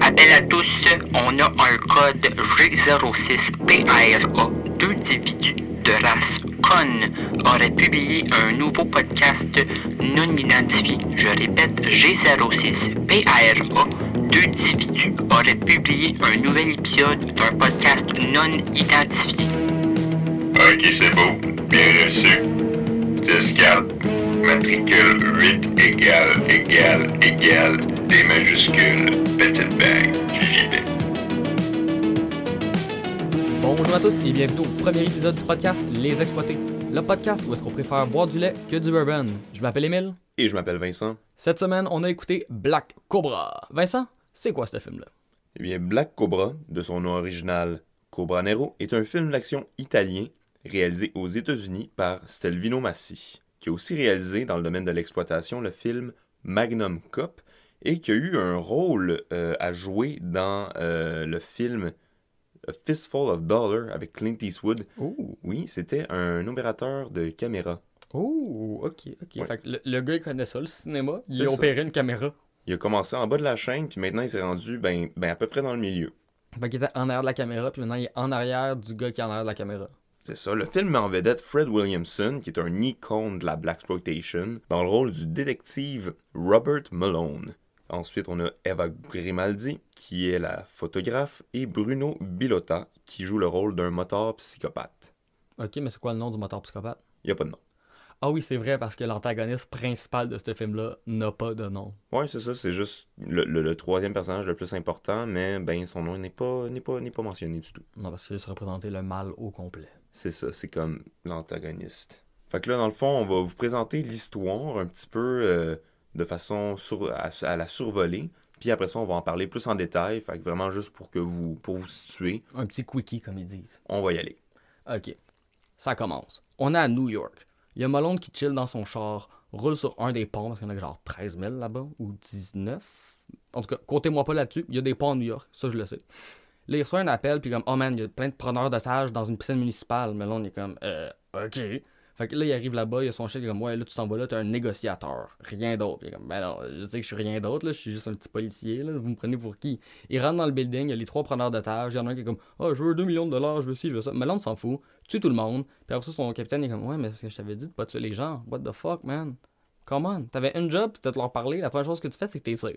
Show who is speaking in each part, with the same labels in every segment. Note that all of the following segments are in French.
Speaker 1: rappel à tous, on a un code G06PRA. Deux individus de race conne auraient publié un nouveau podcast non identifié. Je répète, G06PRA. Deux individus auraient publié un nouvel épisode d'un podcast non identifié.
Speaker 2: Ok, c'est beau. Bien reçu. 10 cartes. Matricule 8 égale égale égale des majuscules. Petite bague. Filet.
Speaker 3: Bonjour à tous et bienvenue au premier épisode du podcast Les Exploités, le podcast où est-ce qu'on préfère boire du lait que du bourbon. Je m'appelle Émile.
Speaker 4: Et je m'appelle Vincent.
Speaker 3: Cette semaine, on a écouté Black Cobra. Vincent, c'est quoi ce film-là?
Speaker 4: Eh bien, Black Cobra, de son nom original Cobra Nero, est un film d'action italien réalisé aux États-Unis par Stelvino Massi, qui a aussi réalisé dans le domaine de l'exploitation le film Magnum Cop et qui a eu un rôle euh, à jouer dans euh, le film A Fistful of Dollar avec Clint Eastwood.
Speaker 3: Oh,
Speaker 4: Oui, c'était un opérateur de caméra.
Speaker 3: oh, ok, ok.
Speaker 4: Ouais.
Speaker 3: Fait que le, le gars, il connaît ça, le cinéma. Il
Speaker 4: C'est
Speaker 3: a
Speaker 4: ça.
Speaker 3: opéré une caméra.
Speaker 4: Il a commencé en bas de la chaîne, puis maintenant il s'est rendu ben, ben, à peu près dans le milieu.
Speaker 3: Fait qu'il était en arrière de la caméra, puis maintenant, il est en arrière du gars qui est en arrière de la caméra.
Speaker 4: C'est ça. Le film met en vedette Fred Williamson, qui est un icône de la blaxploitation, dans le rôle du détective Robert Malone. Ensuite, on a Eva Grimaldi, qui est la photographe, et Bruno Bilotta, qui joue le rôle d'un motard psychopathe.
Speaker 3: Ok, mais c'est quoi le nom du moteur psychopathe?
Speaker 4: Il a pas de nom.
Speaker 3: Ah oui, c'est vrai, parce que l'antagoniste principal de ce film-là n'a pas de nom.
Speaker 4: Ouais, c'est ça, c'est juste le, le- le troisième personnage le plus important, mais ben son nom n'est pas, n'est pas, n'est pas mentionné du tout.
Speaker 3: Non, parce qu'il se représentait le mal au complet.
Speaker 4: C'est ça, c'est comme l'antagoniste. Fait que là, dans le fond, on va vous présenter l'histoire un petit peu euh, de façon sur- à, à la survoler. Puis après ça, on va en parler plus en détail. Fait que vraiment juste pour que vous pour vous situer,
Speaker 3: Un petit quickie, comme ils disent.
Speaker 4: on va y aller.
Speaker 3: OK. Ça commence. On est à New York. Il y a Malone qui chill dans son char, roule sur un des ponts, parce qu'il y en a genre 13 000 là-bas, ou 19. En tout cas, comptez-moi pas là-dessus. Il y a des ponts à New York, ça je le sais. Là, il reçoit un appel, puis comme, oh man, il y a plein de preneurs d'otages dans une piscine municipale. Malone il est comme, euh, OK. Fait que là, il arrive là-bas, il y a son chef qui est comme, ouais, là, tu t'en vas là, t'es un négociateur. Rien d'autre. Il est comme, ben non, je sais que je suis rien d'autre, là, je suis juste un petit policier, là, vous me prenez pour qui? Il rentre dans le building, il y a les trois preneurs d'otages, il y en a un qui est comme Ah, je veux 2 millions de dollars, je veux ci, je veux ça. Malone s'en fout, tue tout le monde. Puis après ça, son capitaine est comme Ouais, mais c'est parce que je t'avais dit de pas tuer les gens. What the fuck, man? Come on, t'avais une job, c'était de leur parler. La première chose que tu fais, c'est que t'es sûr.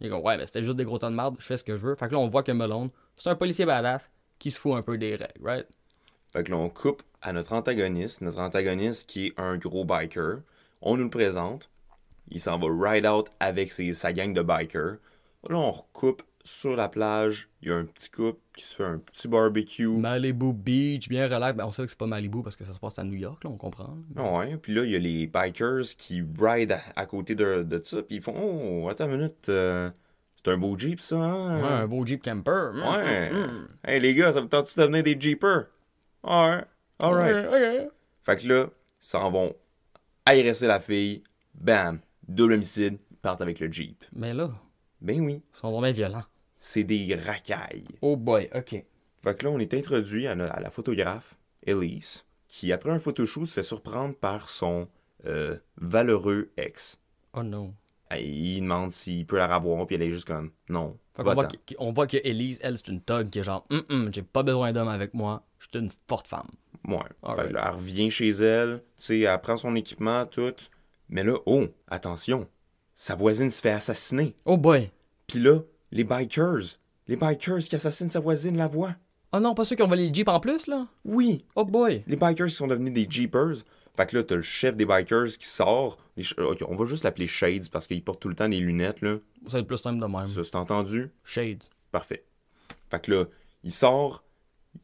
Speaker 3: Il est comme Ouais, mais c'était juste des gros tas de merde, je fais ce que je veux. Fait que là, on voit que Malone, c'est un policier badass qui se fout un peu des règles, right?
Speaker 4: Fait que là, on coupe à notre antagoniste, notre antagoniste qui est un gros biker. On nous le présente. Il s'en va ride out avec ses- sa gang de bikers. Là, on recoupe sur la plage. Il y a un petit couple qui se fait un petit barbecue.
Speaker 3: Malibu Beach, bien relax. Ben, on sait que c'est pas Malibu parce que ça se passe à New York, là, on comprend. là.
Speaker 4: Ouais, puis là, il y a les bikers qui ride à, à côté de, de ça, puis ils font Oh, attends une minute, euh, c'est un beau Jeep, ça,
Speaker 3: Ouais, un
Speaker 4: hein?
Speaker 3: beau Jeep Camper. Mm,
Speaker 4: Ouais.
Speaker 3: mm, mm.
Speaker 4: Hey, les gars, ça vous tente-tu de devenir des Jeepers? Ouais, alright.
Speaker 3: Ouais, ok.
Speaker 4: Fait que là, ils s'en vont agresser la fille, bam, double homicide, ils partent avec le Jeep.
Speaker 3: Mais là,
Speaker 4: Ben oui,
Speaker 3: ils sont vraiment violents.
Speaker 4: c'est des racailles.
Speaker 3: Oh boy, ok.
Speaker 4: Fait que là, on est introduit à, no- à la photographe, Elise, qui, après un photoshoot, se fait surprendre par son euh, valeureux ex.
Speaker 3: Oh non.
Speaker 4: Elle- il demande s'il peut la revoir, puis elle est juste comme non.
Speaker 3: Fait qu'on voit,
Speaker 4: va-t'en.
Speaker 3: qu'- on voit que Elise, elle, c'est une thug qui est genre, Hum, hum, j'ai pas besoin d'homme avec moi, je suis une forte femme.
Speaker 4: Ouais.
Speaker 3: Alright.
Speaker 4: Fait que là, elle revient chez elle, tu sais, elle prend son équipement, tout. Mais là, oh, attention, sa voisine se fait assassiner.
Speaker 3: Oh boy.
Speaker 4: Puis là, les bikers, les bikers qui assassinent sa voisine la voient.
Speaker 3: Oh non, pas ceux qui ont volé le Jeep en plus, là.
Speaker 4: Oui,
Speaker 3: Oh boy.
Speaker 4: les bikers qui sont devenus des jeepers. Fait que là, t'as le chef des bikers qui sort. Les ch- ok, on va juste l'appeler Shades parce qu'il porte tout le temps des lunettes, là.
Speaker 3: Ça va être plus simple de même.
Speaker 4: Ça, c'est entendu?
Speaker 3: Shades.
Speaker 4: Parfait. Fait que là, il sort,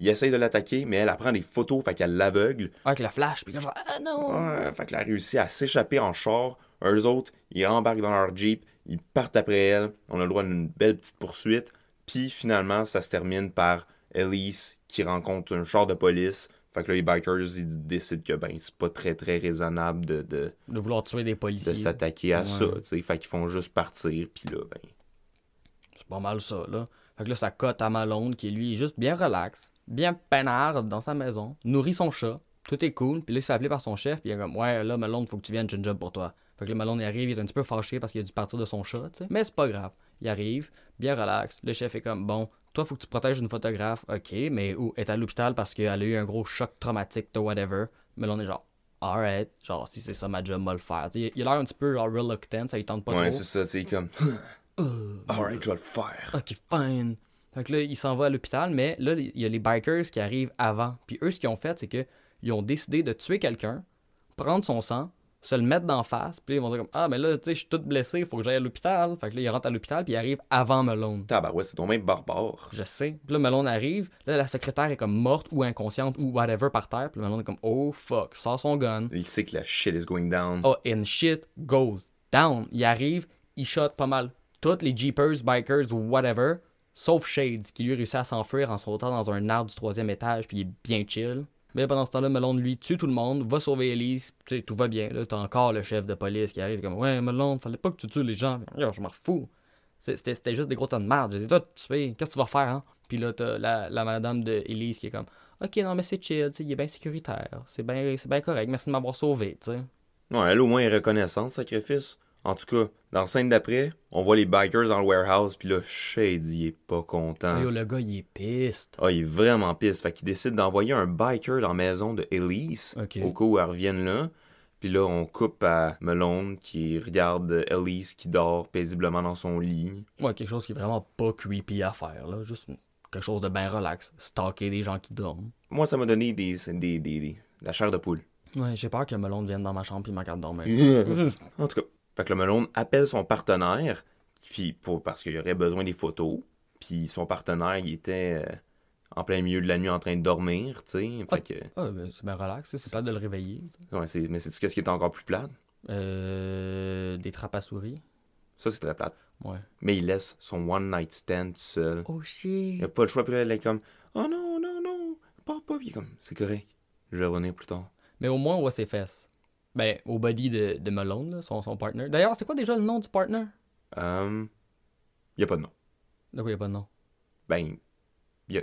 Speaker 4: il essaye de l'attaquer, mais elle, elle prend des photos, fait qu'elle l'aveugle.
Speaker 3: Avec la flash, puis comme genre, ah non.
Speaker 4: Ouais, fait qu'elle a réussi à s'échapper en char. Eux autres, ils embarquent dans leur Jeep, ils partent après elle. On a le droit à une belle petite poursuite. Puis finalement, ça se termine par Elise qui rencontre un char de police. Fait que là, les bikers, ils décident que ben, c'est pas très très raisonnable de, de,
Speaker 3: De vouloir tuer des
Speaker 4: de
Speaker 3: policiers. C'est
Speaker 4: s'attaquer à
Speaker 3: Ouais.
Speaker 4: ça. tu sais. Fait qu'ils font juste partir, puis là, ben,
Speaker 3: pas mal ça, là. Fait que là, ça cote à Malone, qui lui est juste bien relax, bien peinard dans sa maison, nourrit son chat, tout est cool, puis là, il s'est appelé par son chef, puis il est comme, ouais, là, Malone, faut que tu viennes, j'ai une job pour toi. Fait que là, Malone, il arrive, il est un petit peu fâché parce qu'il a dû partir de son chat, tu sais. Mais c'est pas grave. Il arrive, bien relax. Le chef est comme Bon, toi, faut que tu protèges une photographe. Ok, mais où est à l'hôpital parce qu'elle a eu un gros choc traumatique de whatever. Mais là, on est genre Alright, genre si c'est ça ma job, moi le faire. Tu sais, Il a l'air un petit peu genre reluctant, ça lui tente pas Euh,
Speaker 4: ouais,
Speaker 3: trop.
Speaker 4: c'est ça, tu sais, comme. Alright, je vais le faire.
Speaker 3: Ok, fine. Fait que là, il s'en va à l'hôpital, mais là, il y a les bikers qui arrivent avant. Puis eux, ce qu'ils ont fait, c'est que ils ont décidé de tuer quelqu'un, prendre son sang, se le mettre d'en face, puis ils vont dire comme Ah, mais là, tu sais, je suis tout blessé, faut que j'aille à l'hôpital. Fait que là, ils rentrent à l'hôpital, puis ils arrivent avant Malone.
Speaker 4: Tabarouette, c'est ton même barbare.
Speaker 3: Je sais. Puis là, Malone arrive, là, la secrétaire est comme morte ou inconsciente ou whatever par terre. Puis là, Malone est comme Oh fuck, sort son gun.
Speaker 4: Il sait que la shit is going down.
Speaker 3: Oh, and shit goes down. Il arrive, il shot pas mal toutes les Jeepers, Bikers, whatever, sauf Shades, qui lui réussit à s'enfuir en sautant dans un arbre du troisième étage, puis il est bien chill. Mais pendant ce temps-là, Malone, lui, tue tout le monde, va sauver Elise, tu sais, tout va bien. Là, t'as encore le chef de police qui arrive comme Ouais, Malone, fallait pas que tu tues les gens. Yo, je m'en fous. C'est- C'était c'était juste des gros tas de merde. Je dis, toi, tu sais, qu'est-ce que tu vas faire, hein? Puis là, t'as la, la madame de Elise qui est comme Ok, non, mais c'est chill, tu sais, il est bien sécuritaire, c'est bien c'est bien correct, merci de m'avoir sauvé, tu sais.
Speaker 4: Ouais, elle au moins est reconnaissante, sacrifice. En tout cas, dans la scène d'après, on voit les bikers dans le warehouse, puis là, Shady il est pas content.
Speaker 3: Yo, le gars, il est piste.
Speaker 4: Ah, il est vraiment pisse. Fait qu'il décide d'envoyer un biker dans la maison de Elise
Speaker 3: Ok.
Speaker 4: au cas où elle revienne là. Puis là, on coupe à Malone qui regarde Elise qui dort paisiblement dans son lit.
Speaker 3: Ouais, quelque chose qui est vraiment pas creepy à faire, là. Juste une- quelque chose de bien relax. Stalker des gens qui dorment.
Speaker 4: Moi, ça m'a donné des, des, des, des- la chair de poule.
Speaker 3: Ouais, j'ai peur que Melon vienne dans ma chambre et me regarde dormir.
Speaker 4: en tout cas, fait que le Malone appelle son partenaire puis pour, parce qu'il aurait besoin des photos. Puis son partenaire, il était euh, en plein milieu de la nuit en train de dormir, tu sais. Fait que,
Speaker 3: Ah, ben, c'est bien relax, ça, c'est pas de le réveiller. ça.
Speaker 4: ouais, c'est- mais c'est-tu qu'est-ce qui est encore plus plate?
Speaker 3: Euh, des trappes à souris.
Speaker 4: Ça, c'est très plate.
Speaker 3: Ouais.
Speaker 4: Mais il laisse son one night stand tout seul.
Speaker 3: Oh
Speaker 4: Il
Speaker 3: shit.
Speaker 4: a pas le choix, puis là, elle est comme Oh non, non, non, pars pas, puis il est comme C'est correct, je vais revenir plus tard.
Speaker 3: Mais au moins, on voit ses fesses. Ben, au body de, de Malone, là, son, son partner. D'ailleurs, c'est quoi déjà le nom du partner?
Speaker 4: Hum, il y a pas de nom.
Speaker 3: De quoi, y a pas de nom?
Speaker 4: Ben, il y a,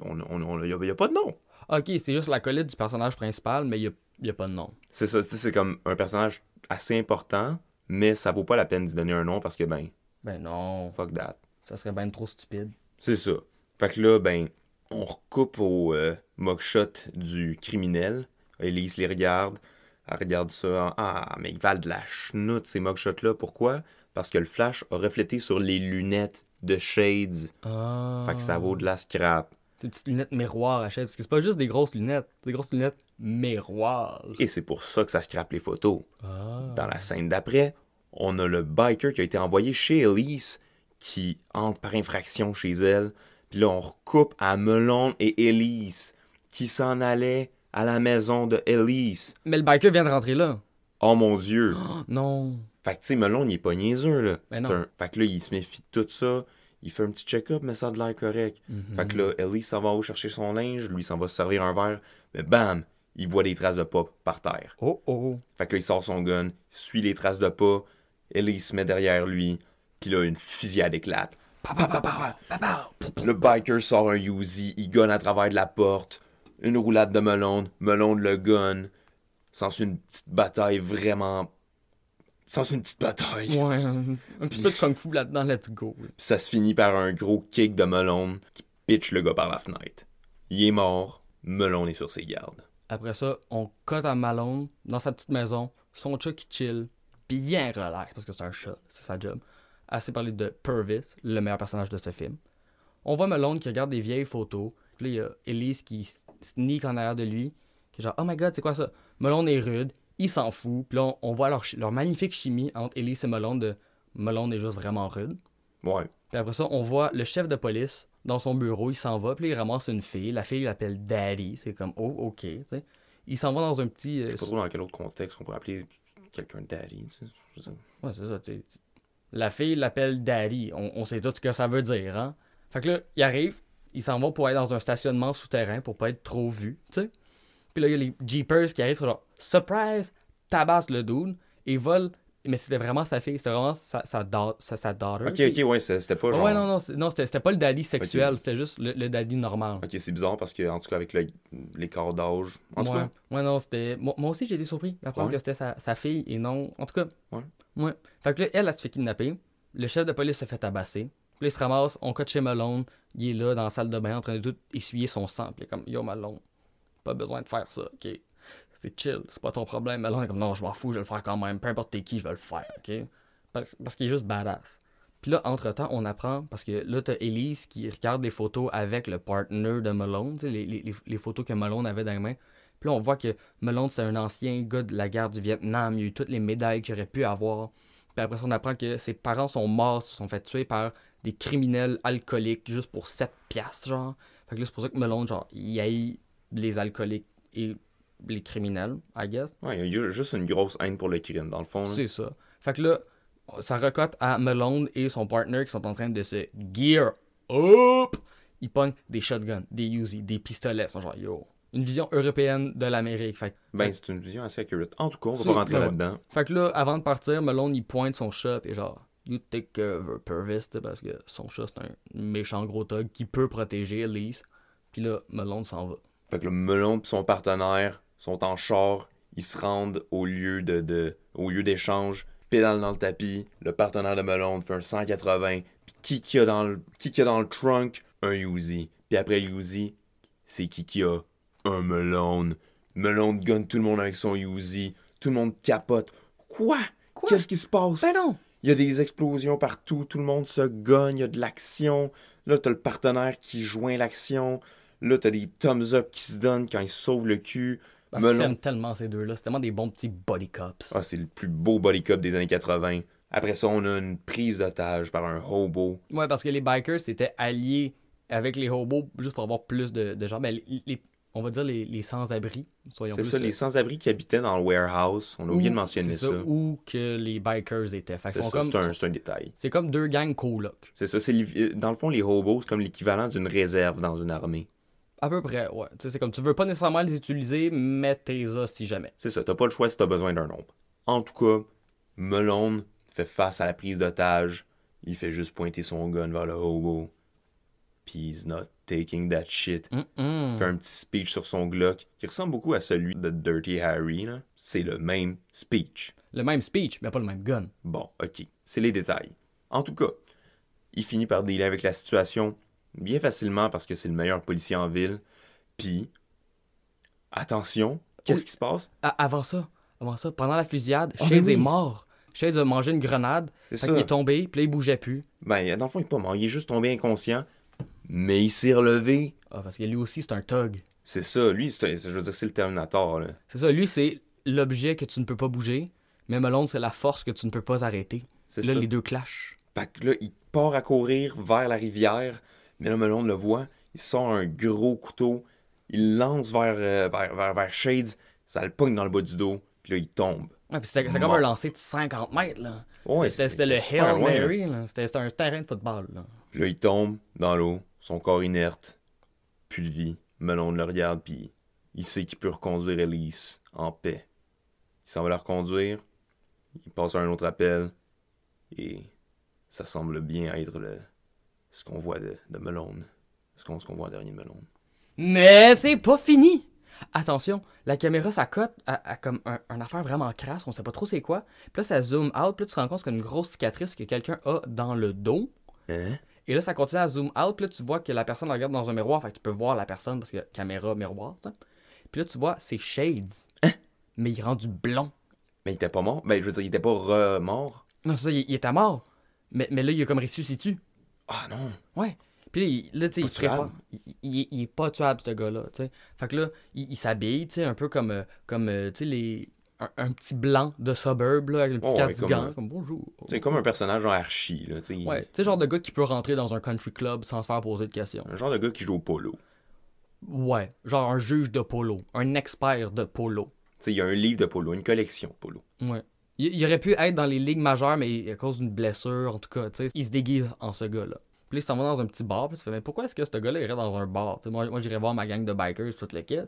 Speaker 4: on, on, on- y a, y a pas de nom.
Speaker 3: Ok, c'est juste la collette du personnage principal, mais y a, y a pas de nom.
Speaker 4: C'est ça, tu sais, c'est comme un personnage assez important, mais ça vaut pas la peine d'y donner un nom parce que, ben,
Speaker 3: Ben non,
Speaker 4: fuck that.
Speaker 3: ça serait ben trop stupide.
Speaker 4: C'est ça. Fait que là, ben, on recoupe au euh, mockshot du criminel. Elise les regarde. Elle regarde ça. en- Ah, mais ils valent de la chenoute, ces mockshots-là. Pourquoi? Parce que le flash a reflété sur les lunettes de Shades.
Speaker 3: Ah.
Speaker 4: Fait que ça vaut de la scrap.
Speaker 3: Des petites lunettes miroirs achète. Parce que c'est pas juste des grosses lunettes. c'est Des grosses lunettes miroirs.
Speaker 4: Et c'est pour ça que ça scrape les photos.
Speaker 3: Ah.
Speaker 4: Dans la scène d'après, on a le biker qui a été envoyé chez Elise, qui entre par infraction chez elle. Puis là, on recoupe à Melon et Elise, qui s'en allaient à la maison de Elise.
Speaker 3: Mais le biker vient de rentrer là.
Speaker 4: Oh mon dieu!
Speaker 3: Oh, non.
Speaker 4: Fait que, tu sais, Melon, il est pas niaiseux, là.
Speaker 3: Ben
Speaker 4: C'est
Speaker 3: non.
Speaker 4: un- Fait que là, il se méfie de tout ça. Il fait un petit check-up, mais ça a de l'air correct.
Speaker 3: Mhm.
Speaker 4: Fait que
Speaker 3: Mm-hmm.
Speaker 4: là, Elise s'en va en haut chercher son linge, lui s'en va se servir un verre, mais bam! Il voit des traces de pas par terre.
Speaker 3: Oh oh.
Speaker 4: Fait que là, il sort son gun, il suit les traces de pas, Elise se met derrière lui, puis là, une fusillade éclate. Pa, pa, pa, pa, pa, pa, pa. Le biker sort un Uzi, il gonne à travers de la porte, une roulade de Melonde, Melonde le gun. S'ensuit une petite bataille vraiment. S'ensuit une petite bataille.
Speaker 3: Ouais. Un un petit peu de kung fu là-dedans, let's go.
Speaker 4: Puis ça se finit par un gros kick de Melonde qui pitch le gars par la fenêtre. Il est mort, Melonde est sur ses gardes.
Speaker 3: Après ça, on cote à Malone dans sa petite maison. Son chat qui chill. Bien relax, parce que c'est un chat, c'est sa job. Assez parlé de Purvis, le meilleur personnage de ce film. On voit Malone qui regarde des vieilles photos. Puis là, il y a Elise qui s- sneak en arrière de lui. Qui est genre, oh my god, c'est quoi ça? Malone est rude, il s'en fout. Puis là, on, on voit leur, chi- leur magnifique chimie entre Elise et Malone de Malone est juste vraiment rude.
Speaker 4: Ouais.
Speaker 3: Puis après ça, on voit le chef de police dans son bureau, il s'en va, puis là, il ramasse une fille. La fille, il l'appelle Daddy. C'est comme, oh, ok, tu sais. Il s'en va dans un petit. euh,
Speaker 4: Je sais pas trop dans quel autre contexte on pourrait appeler quelqu'un daddy, tu sais. je sais pas.
Speaker 3: Ouais, c'est ça, tu sais. La fille l'appelle Daddy. On, on sait tout ce que ça veut dire, hein. Fait que là, il arrive, il s'en va pour aller dans un stationnement souterrain pour pas être trop vu, tu sais. Puis là, il y a les Jeepers qui arrivent, sont genre, surprise, tabasse le dude et vole. Mais c'était vraiment sa fille, c'était vraiment sa, sa, da- sa, sa daughter.
Speaker 4: Ok,
Speaker 3: tu sais.
Speaker 4: ok, ouais, c'est- c'était pas genre.
Speaker 3: Ouais, non, non, c'est- non c'était c'était pas le Dali sexuel, c'était juste le, le Dali normal.
Speaker 4: Ok, c'est bizarre parce que, en tout cas, avec le- l'écart d'âge. En tout
Speaker 3: ouais.
Speaker 4: cas,
Speaker 3: Ouais, non, c'était. Moi, moi aussi, j'ai été surpris d'apprendre
Speaker 4: Ouais.
Speaker 3: que c'était sa, sa fille et non. En tout cas.
Speaker 4: Ouais.
Speaker 3: Ouais. Fait que là, elle, elle se fait kidnapper. Le chef de police se fait tabasser. Puis là, il se ramasse, on cote chez Malone. Il est là, dans la salle de bain, en train de tout essuyer son sang. Puis il est comme, yo, Malone, pas besoin de faire ça, ok? C'est chill, c'est pas ton problème. Malone est comme, non, je m'en fous, je vais le faire quand même. Peu importe t'es qui, je vais le faire, ok? Parce, parce qu'il est juste badass. Puis là, entre-temps, on apprend, parce que là, t'as Elise qui regarde des photos avec le partner de Malone, tu sais, les, les- les- les photos que Malone avait dans les mains. Puis là, on voit que Malone, c'est un ancien gars de la guerre du Vietnam. Il a eu toutes les médailles qu'il aurait pu avoir. Puis après ça, on apprend que ses parents sont morts, se sont fait tuer par des criminels alcooliques juste pour 7 piastres, genre. Fait que là, c'est pour ça que Malone, genre, il haït les alcooliques et les criminels, I guess.
Speaker 4: Ouais, il y a ju- juste une grosse haine pour le crime, dans le fond. là.
Speaker 3: C'est ça. Fait que là, ça recote à Malone et son partner qui sont en train de se gear up. Ils pognent des shotguns, des Uzi, des pistolets. Ils sont genre, yo. Une vision européenne de l'Amérique. Fait que
Speaker 4: Ben, c'est une vision assez accurate. En tout cas, on va
Speaker 3: C'est-
Speaker 4: pas rentrer
Speaker 3: ouais.
Speaker 4: là-dedans.
Speaker 3: Fait que là, avant de partir, Malone, il pointe son chat et genre, You take cover, Purvis, tu sais, parce que son chat, c'est un méchant gros thug qui peut protéger Elise. Puis là, Malone s'en va.
Speaker 4: Fait que le melon et son partenaire sont en char, ils se rendent au lieu de, de- au lieu d'échange, pédale dans le tapis, le partenaire de melon fait un 180, puis qui qu'il y a dans le qui qu'il y a dans le trunk un Uzi. Puis après le Uzi, c'est qui qui a un melon. Melon gun tout le monde avec son Uzi, tout le monde capote. Quoi
Speaker 3: Quoi?
Speaker 4: Qu'est-ce qui se passe
Speaker 3: Ben non!
Speaker 4: il y a des explosions partout, tout le monde se gagne, il y a de l'action. Là, t'as le partenaire qui joint l'action. Là, t'as des thumbs up qui se donnent quand ils se sauvent le cul.
Speaker 3: Parce
Speaker 4: Melon-
Speaker 3: qu'ils s'aiment tellement ces deux-là. C'est tellement des bons petits body cops.
Speaker 4: Ah, c'est le plus beau body cop des années 80. Après ça, on a une prise d'otage par un hobo.
Speaker 3: Ouais, parce que les bikers, c'était alliés avec les hobos juste pour avoir plus de, de gens. Ben, les- les- on va dire les, les sans-abri, soyons
Speaker 4: C'est
Speaker 3: plus,
Speaker 4: ça,
Speaker 3: euh,
Speaker 4: les sans-abri qui habitaient dans le warehouse. On a oublié
Speaker 3: ou-
Speaker 4: de mentionner
Speaker 3: c'est
Speaker 4: ça.
Speaker 3: Ou que les bikers étaient. Fait que
Speaker 4: C'est
Speaker 3: sont
Speaker 4: ça,
Speaker 3: comme-
Speaker 4: c'est un, c'est un détail.
Speaker 3: c'est comme deux gangs coloc.
Speaker 4: C'est ça, c'est l'hi- dans le fond, les hobos, c'est comme l'équivalent d'une réserve dans une armée.
Speaker 3: À peu près, ouais. Tu sais, c'est comme tu veux pas nécessairement les utiliser, mais t'es là si jamais.
Speaker 4: C'est ça, t'as pas le choix si t'as besoin d'un nombre. En tout cas, Melone fait face à la prise d'otage. Il fait juste pointer son gun vers le hobo. Puis he's not taking that shit.
Speaker 3: Mm-mm.
Speaker 4: Fait un petit speech sur son Glock qui ressemble beaucoup à celui de Dirty Harry. là. C'est le même speech.
Speaker 3: Le même speech, mais pas le même gun.
Speaker 4: Bon, ok, c'est les détails. En tout cas, il finit par dealer avec la situation bien facilement parce que c'est le meilleur policier en ville. Puis, attention, qu'est-ce
Speaker 3: Oui.
Speaker 4: qui se passe?
Speaker 3: Ah, avant ça, avant ça, pendant la fusillade,
Speaker 4: Ah,
Speaker 3: Shades
Speaker 4: ben oui.
Speaker 3: est mort. Shades a mangé une grenade,
Speaker 4: C'est
Speaker 3: fait
Speaker 4: ça.
Speaker 3: qu'il est tombé, puis là, il bougeait plus.
Speaker 4: Ben, dans le fond, il est pas mort. Il est juste tombé inconscient. Mais il s'est relevé.
Speaker 3: Ah, parce que lui aussi, c'est un thug.
Speaker 4: C'est ça, lui, c'est, c'est- je veux dire, c'est le Terminator, là.
Speaker 3: C'est ça, lui, c'est l'objet que tu ne peux pas bouger, mais Malone, c'est la force que tu ne peux pas arrêter.
Speaker 4: C'est
Speaker 3: Là,
Speaker 4: ça.
Speaker 3: les deux clashent.
Speaker 4: Fait que là, il part à courir vers la rivière. Mais là, Melon le voit. Il sort un gros couteau. Il lance vers, euh, vers, vers, vers Shades. Ça le pogne dans le bas du dos. Puis là, il tombe.
Speaker 3: Ouais, puis c'était c'est comme
Speaker 4: Mort.
Speaker 3: un lancer de 50 mètres, là.
Speaker 4: Ouais,
Speaker 3: C'était-
Speaker 4: c'est-
Speaker 3: c'était le
Speaker 4: c'est super
Speaker 3: Hail
Speaker 4: loin,
Speaker 3: Mary, là. C'était c'était un terrain de football, là.
Speaker 4: Puis là, il tombe dans l'eau. Son corps inerte. Plus de vie. Melon le regarde. Puis il sait qu'il peut reconduire Elise en paix. Il s'en va la reconduire. Il passe à un autre appel. Et ça semble bien être le, ce qu'on voit de, de Melone. Ce qu'on ce qu'on voit en dernier de Melone.
Speaker 3: Mais c'est pas fini! Attention, la caméra, ça cote à, à comme un, un affaire vraiment crasse, on sait pas trop c'est quoi. Puis là, ça zoom out, puis là, tu te rends compte que c'est une grosse cicatrice que quelqu'un a dans le dos.
Speaker 4: Hein?
Speaker 3: Et là, ça continue à zoom out. Puis là, tu vois que la personne la regarde dans un miroir. Fait que tu peux voir la personne parce que caméra, miroir, tu sais. Puis là, tu vois, c'est Shades. Mais il est rendu blond.
Speaker 4: Mais il était pas mort. Ben, je veux dire, il était pas remort.
Speaker 3: Non, c'est ça, il, il était mort. Mais, mais là, il est comme ressuscité.
Speaker 4: Ah non.
Speaker 3: Ouais. Puis là, il- là, tu sais, il
Speaker 4: Pas
Speaker 3: se prépare.
Speaker 4: tuable.
Speaker 3: Il, il- il est pas tuable, ce gars-là, tu sais. Fait que là, il, il s'habille, tu sais, un peu comme, euh, comme euh, tu sais, les... Un, un petit blanc de suburb, là, avec le petit
Speaker 4: Oh, ouais,
Speaker 3: cardigan,
Speaker 4: comme, euh,
Speaker 3: comme, bonjour.
Speaker 4: C'est comme un personnage genre archi, là. tu sais.
Speaker 3: Ouais, tu sais, genre de gars qui peut rentrer dans un country club sans se faire poser de questions.
Speaker 4: Un genre de gars qui joue au polo.
Speaker 3: Ouais, genre un juge de polo, un expert de polo.
Speaker 4: Tu sais, il y a un livre de polo, une collection de polo.
Speaker 3: Ouais. Il, il aurait pu être dans les ligues majeures, mais à cause d'une blessure, en tout cas, tu sais, il se déguise en ce gars-là. Puis là, il s'en va dans un petit bar, puis tu fais, mais pourquoi est-ce que ce gars-là irait dans un bar? Tu sais, moi, moi j'irais voir ma gang de bikers, toute l'équipe.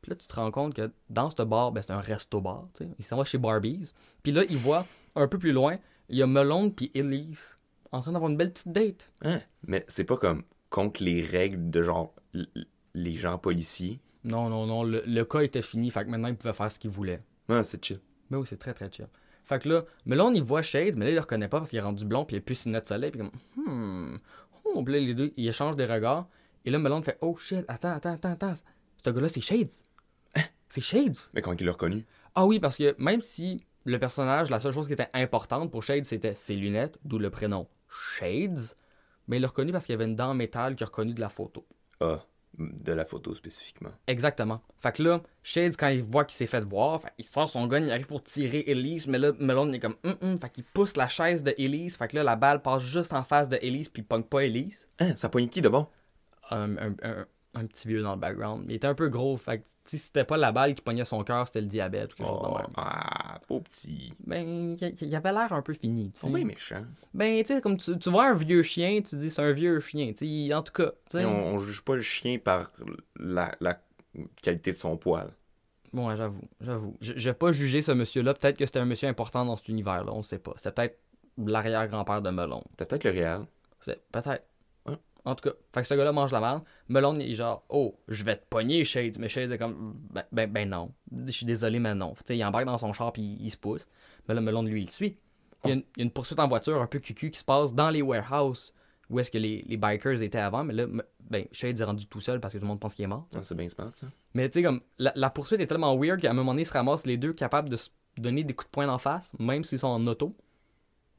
Speaker 3: Puis là, tu te rends compte que dans ce bar, ben, c'est un resto-bar, tu sais. Il s'en va chez Barbies. Puis là, il voit, un peu plus loin, il y a Melon puis Elise en train d'avoir une belle petite date.
Speaker 4: Hein? Mais c'est pas comme contre les règles de genre l- l- les gens policiers.
Speaker 3: Non, non, non, le, le cas était fini, fait que maintenant, il pouvait faire ce qu'il voulait.
Speaker 4: Ah, c'est chill.
Speaker 3: Mais oui, c'est très, très chill. Fait que là, Melon, il voit Shade, mais là, il le reconnaît pas parce qu'il est rendu blond, puis il a plus ses lunettes de soleil, puis comme, hmm. Oh, puis là, les deux, ils échangent des regards. Et là, Melon fait, oh shit, attends, attends, attends, attends. Ce gars-là, c'est Shades. Hein? C'est Shades.
Speaker 4: Mais quand il l'a reconnu,
Speaker 3: Ah oui, parce que même si le personnage, la seule chose qui était importante pour Shades, c'était ses lunettes, d'où le prénom Shades, mais il l'a reconnu parce qu'il y avait une dent en métal qu'il a reconnue de la photo.
Speaker 4: ah, de la photo spécifiquement.
Speaker 3: Exactement. Fait que là, Shades, quand il voit qu'il s'est fait voir, fait, il sort son gun, il arrive pour tirer Elise, mais là, Melon il est comme hum hum, fait qu'il pousse la chaise de Elise, fait que là, la balle passe juste en face de Elise, puis il pogne pas Elise.
Speaker 4: Hein, ça poigne qui de bon?
Speaker 3: Un, un- un- un petit vieux dans le background. Il était un peu gros, fait que si c'était pas la balle qui pognait son cœur, c'était le diabète ou quelque chose de
Speaker 4: Oh,
Speaker 3: même.
Speaker 4: ah, pauvre petit.
Speaker 3: Ben, il- il avait l'air un peu fini, tu sais.
Speaker 4: Ils sont bien méchants.
Speaker 3: Ben, tu sais, comme tu, tu vois un vieux chien, tu dis c'est un vieux chien, tu sais, en tout cas, tu sais.
Speaker 4: Mais On, on juge pas le chien par la, la qualité de son poil.
Speaker 3: Bon, ouais, j'avoue, j'avoue. Je je vais pas juger ce monsieur-là, peut-être que c'était un monsieur important dans cet univers-là, on sait pas. C'était peut-être l'arrière-grand-père de Melon.
Speaker 4: T'as peut-être le réel.
Speaker 3: C'est- Peut-être.
Speaker 4: Ouais.
Speaker 3: En tout cas, fait que ce gars-là mange la merde. Melon, il est genre, oh, je vais te pogner, Shades. Mais Shades est comme, ben, ben, ben non. Je suis désolé, mais non. Tu sais, il embarque dans son char puis il, il se pousse. Mais là, Melon, lui, il le suit. Il y, a une, il y a une poursuite en voiture un peu cucu qui se passe dans les warehouses où est-ce que les, les bikers étaient avant. Mais là, me- ben, Shades est rendu tout seul parce que tout le monde pense qu'il est mort.
Speaker 4: Ah, c'est bien smart, ça.
Speaker 3: Mais tu sais, comme, la, la poursuite est tellement weird qu'à un moment donné, ils se ramassent les deux capables de se donner des coups de poing d'en face, même s'ils sont en auto.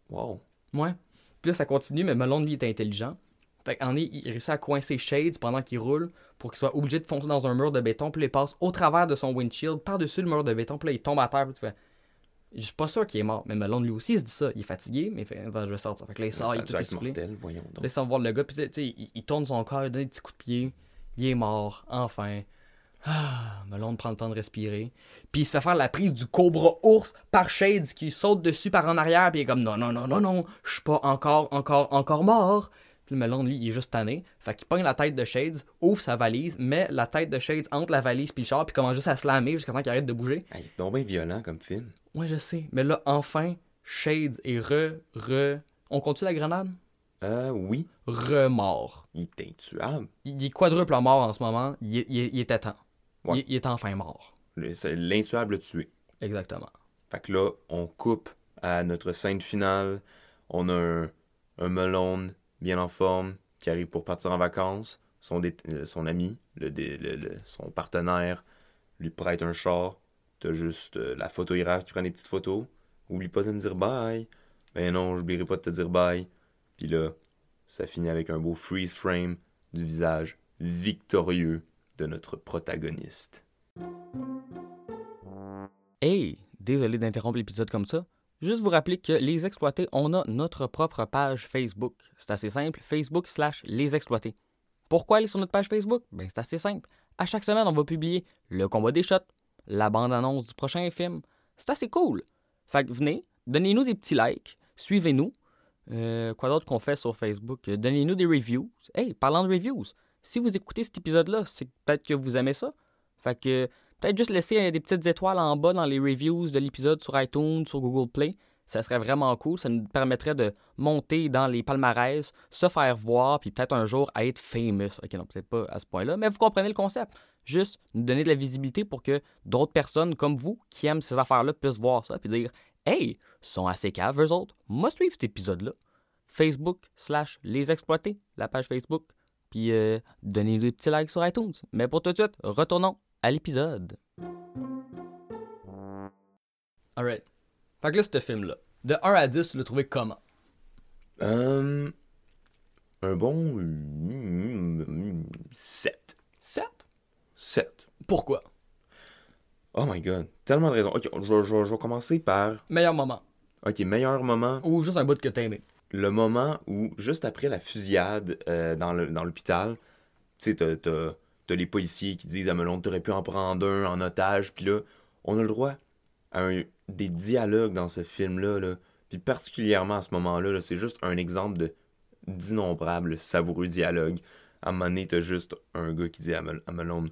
Speaker 4: Wow.
Speaker 3: Ouais. Puis là, ça continue, mais Melon, lui, est intelligent. Fait qu'en est, il réussit à coincer Shades pendant qu'il roule pour qu'il soit obligé de foncer dans un mur de béton, puis là, il passe au travers de son windshield, par-dessus le mur de béton, puis là, il tombe à terre, puis tu fais. Je suis pas sûr qu'il est mort, mais Melon, lui aussi, il se dit ça. Il est fatigué, mais il fait, attends, je vais sortir. Fait que là, il sort,
Speaker 4: ça
Speaker 3: il
Speaker 4: a
Speaker 3: est
Speaker 4: dû
Speaker 3: tout
Speaker 4: être
Speaker 3: essoufflé. Là,
Speaker 4: mortel, voyons donc.
Speaker 3: il s'en va voir le gars, puis tu sais, tu sais, il, il tourne son corps, il donne des petits coups de pied. Il est mort, enfin. Ah, Melon prend le temps de respirer. Puis il se fait faire la prise du cobra ours par Shades qui saute dessus par en arrière. Puis il est comme non, non, non, non, non, je suis pas encore, encore, encore mort. Puis Melon, lui, il est juste tanné. Fait qu'il pogne la tête de Shades, ouvre sa valise, met la tête de Shades entre la valise puis le char, puis commence juste à se lamer jusqu'à temps qu'il arrête de bouger.
Speaker 4: Hey, c'est donc bien violent comme film.
Speaker 3: Ouais, je sais. Mais là, enfin, Shades est re, re. On compte la grenade
Speaker 4: Euh, oui,
Speaker 3: Remort.
Speaker 4: il est intuable.
Speaker 3: Il il est quadruple mort en ce moment. Il, est- il est- il était temps.
Speaker 4: Ouais.
Speaker 3: Il, il est enfin mort.
Speaker 4: Le- c'est L'intuable tué.
Speaker 3: Exactement.
Speaker 4: Fait que là, on coupe à notre scène finale. On a un, un melon bien en forme qui arrive pour partir en vacances. Son, dé- euh, son ami, le dé- le- le- son partenaire, lui prête un char. T'as juste euh, la photographe qui prend des petites photos. Oublie pas de me dire bye. Ben non, j'oublierai pas de te dire bye. Puis là, ça finit avec un beau freeze frame du visage victorieux de notre protagoniste.
Speaker 3: Hey, désolé d'interrompre l'épisode comme ça. Juste vous rappeler que Les Exploités, on a notre propre page Facebook. C'est assez simple, Facebook slash Les Exploités. Pourquoi aller sur notre page Facebook? Ben, c'est assez simple. À chaque semaine, on va publier le combat des shots, la bande-annonce du prochain film. C'est assez cool. Fait que venez, donnez-nous des petits likes, suivez-nous. Euh, quoi d'autre qu'on fait sur Facebook? Euh, Donnez-nous des reviews. Hey, parlant de reviews, si vous écoutez cet épisode-là, c'est peut-être que vous aimez ça. Fait que Peut-être juste laisser euh, des petites étoiles en bas dans les reviews de l'épisode sur iTunes, sur Google Play. Ça serait vraiment cool. Ça nous permettrait de monter dans les palmarès, se faire voir, puis peut-être un jour être famous. Ok, non, peut-être pas à ce point-là, mais vous comprenez le concept. Juste nous donner de la visibilité pour que d'autres personnes comme vous qui aiment ces affaires-là puissent voir ça, puis dire Hey, ils sont assez caves eux autres. Moi, suivre cet épisode-là. Facebook slash les exploiter, la page Facebook. Puis euh, donnez des petits likes sur iTunes. Mais pour tout de suite, retournons à l'épisode. Alright. Fait que là, ce film-là, de 1 à 10, tu l'as trouvé comment?
Speaker 4: Hum, un bon 7.
Speaker 3: 7?
Speaker 4: 7.
Speaker 3: Pourquoi?
Speaker 4: Oh my god, tellement de raisons. Ok, je, je- je vais commencer par.
Speaker 3: Meilleur moment.
Speaker 4: Ok, meilleur moment.
Speaker 3: Ou juste un bout que t'as aimé.
Speaker 4: Le moment où, juste après la fusillade euh, dans le- dans l'hôpital, tu sais, t'as- t'as t'as les policiers qui disent Ah, à Melon, t'aurais pu en prendre un en otage, puis là, on a le droit à un- des dialogues dans ce film-là, là. puis particulièrement à ce moment-là, là, c'est juste un exemple de d'innombrables savoureux dialogues. À un moment donné, t'as juste un gars qui dit à, Mel- à Malone,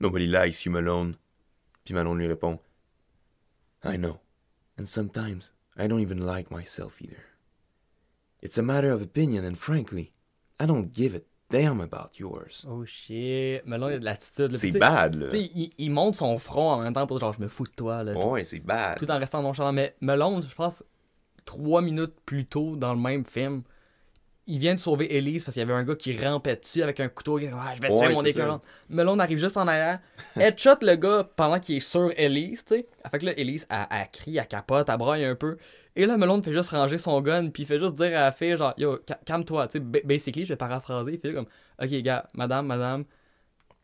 Speaker 4: Nobody likes you, Malone. Puis Malone lui répond, I know, and sometimes I don't even like myself either. It's a matter of opinion, and frankly, I don't give it damn about yours.
Speaker 3: Oh shit. Melon, il a de l'attitude. là.
Speaker 4: C'est
Speaker 3: Puis, tu sais,
Speaker 4: bad, là.
Speaker 3: tu sais, il, il monte son front en même temps pour dire, genre, je me fous de toi, là.
Speaker 4: Ouais, c'est bad.
Speaker 3: Tout en restant nonchalant. Mais Melon, je pense, trois minutes plus tôt dans le même film, il vient de sauver Elise parce qu'il y avait un gars qui rampait dessus avec un couteau. Il dit, Ah, je vais
Speaker 4: Ouais,
Speaker 3: tuer mon
Speaker 4: c'est ça.
Speaker 3: écœurante. Melon arrive juste en arrière, headshot le gars pendant qu'il est sur Elise, tu sais. Ah, Fait que là, Elise, elle, elle crie, elle capote, elle braille un peu. Et là, Melon fait juste ranger son gun, puis il fait juste dire à la fille, genre, yo, ca- calme-toi, tu sais. ba- Basically, je vais paraphraser, il fait comme, ok, gars, madame, madame,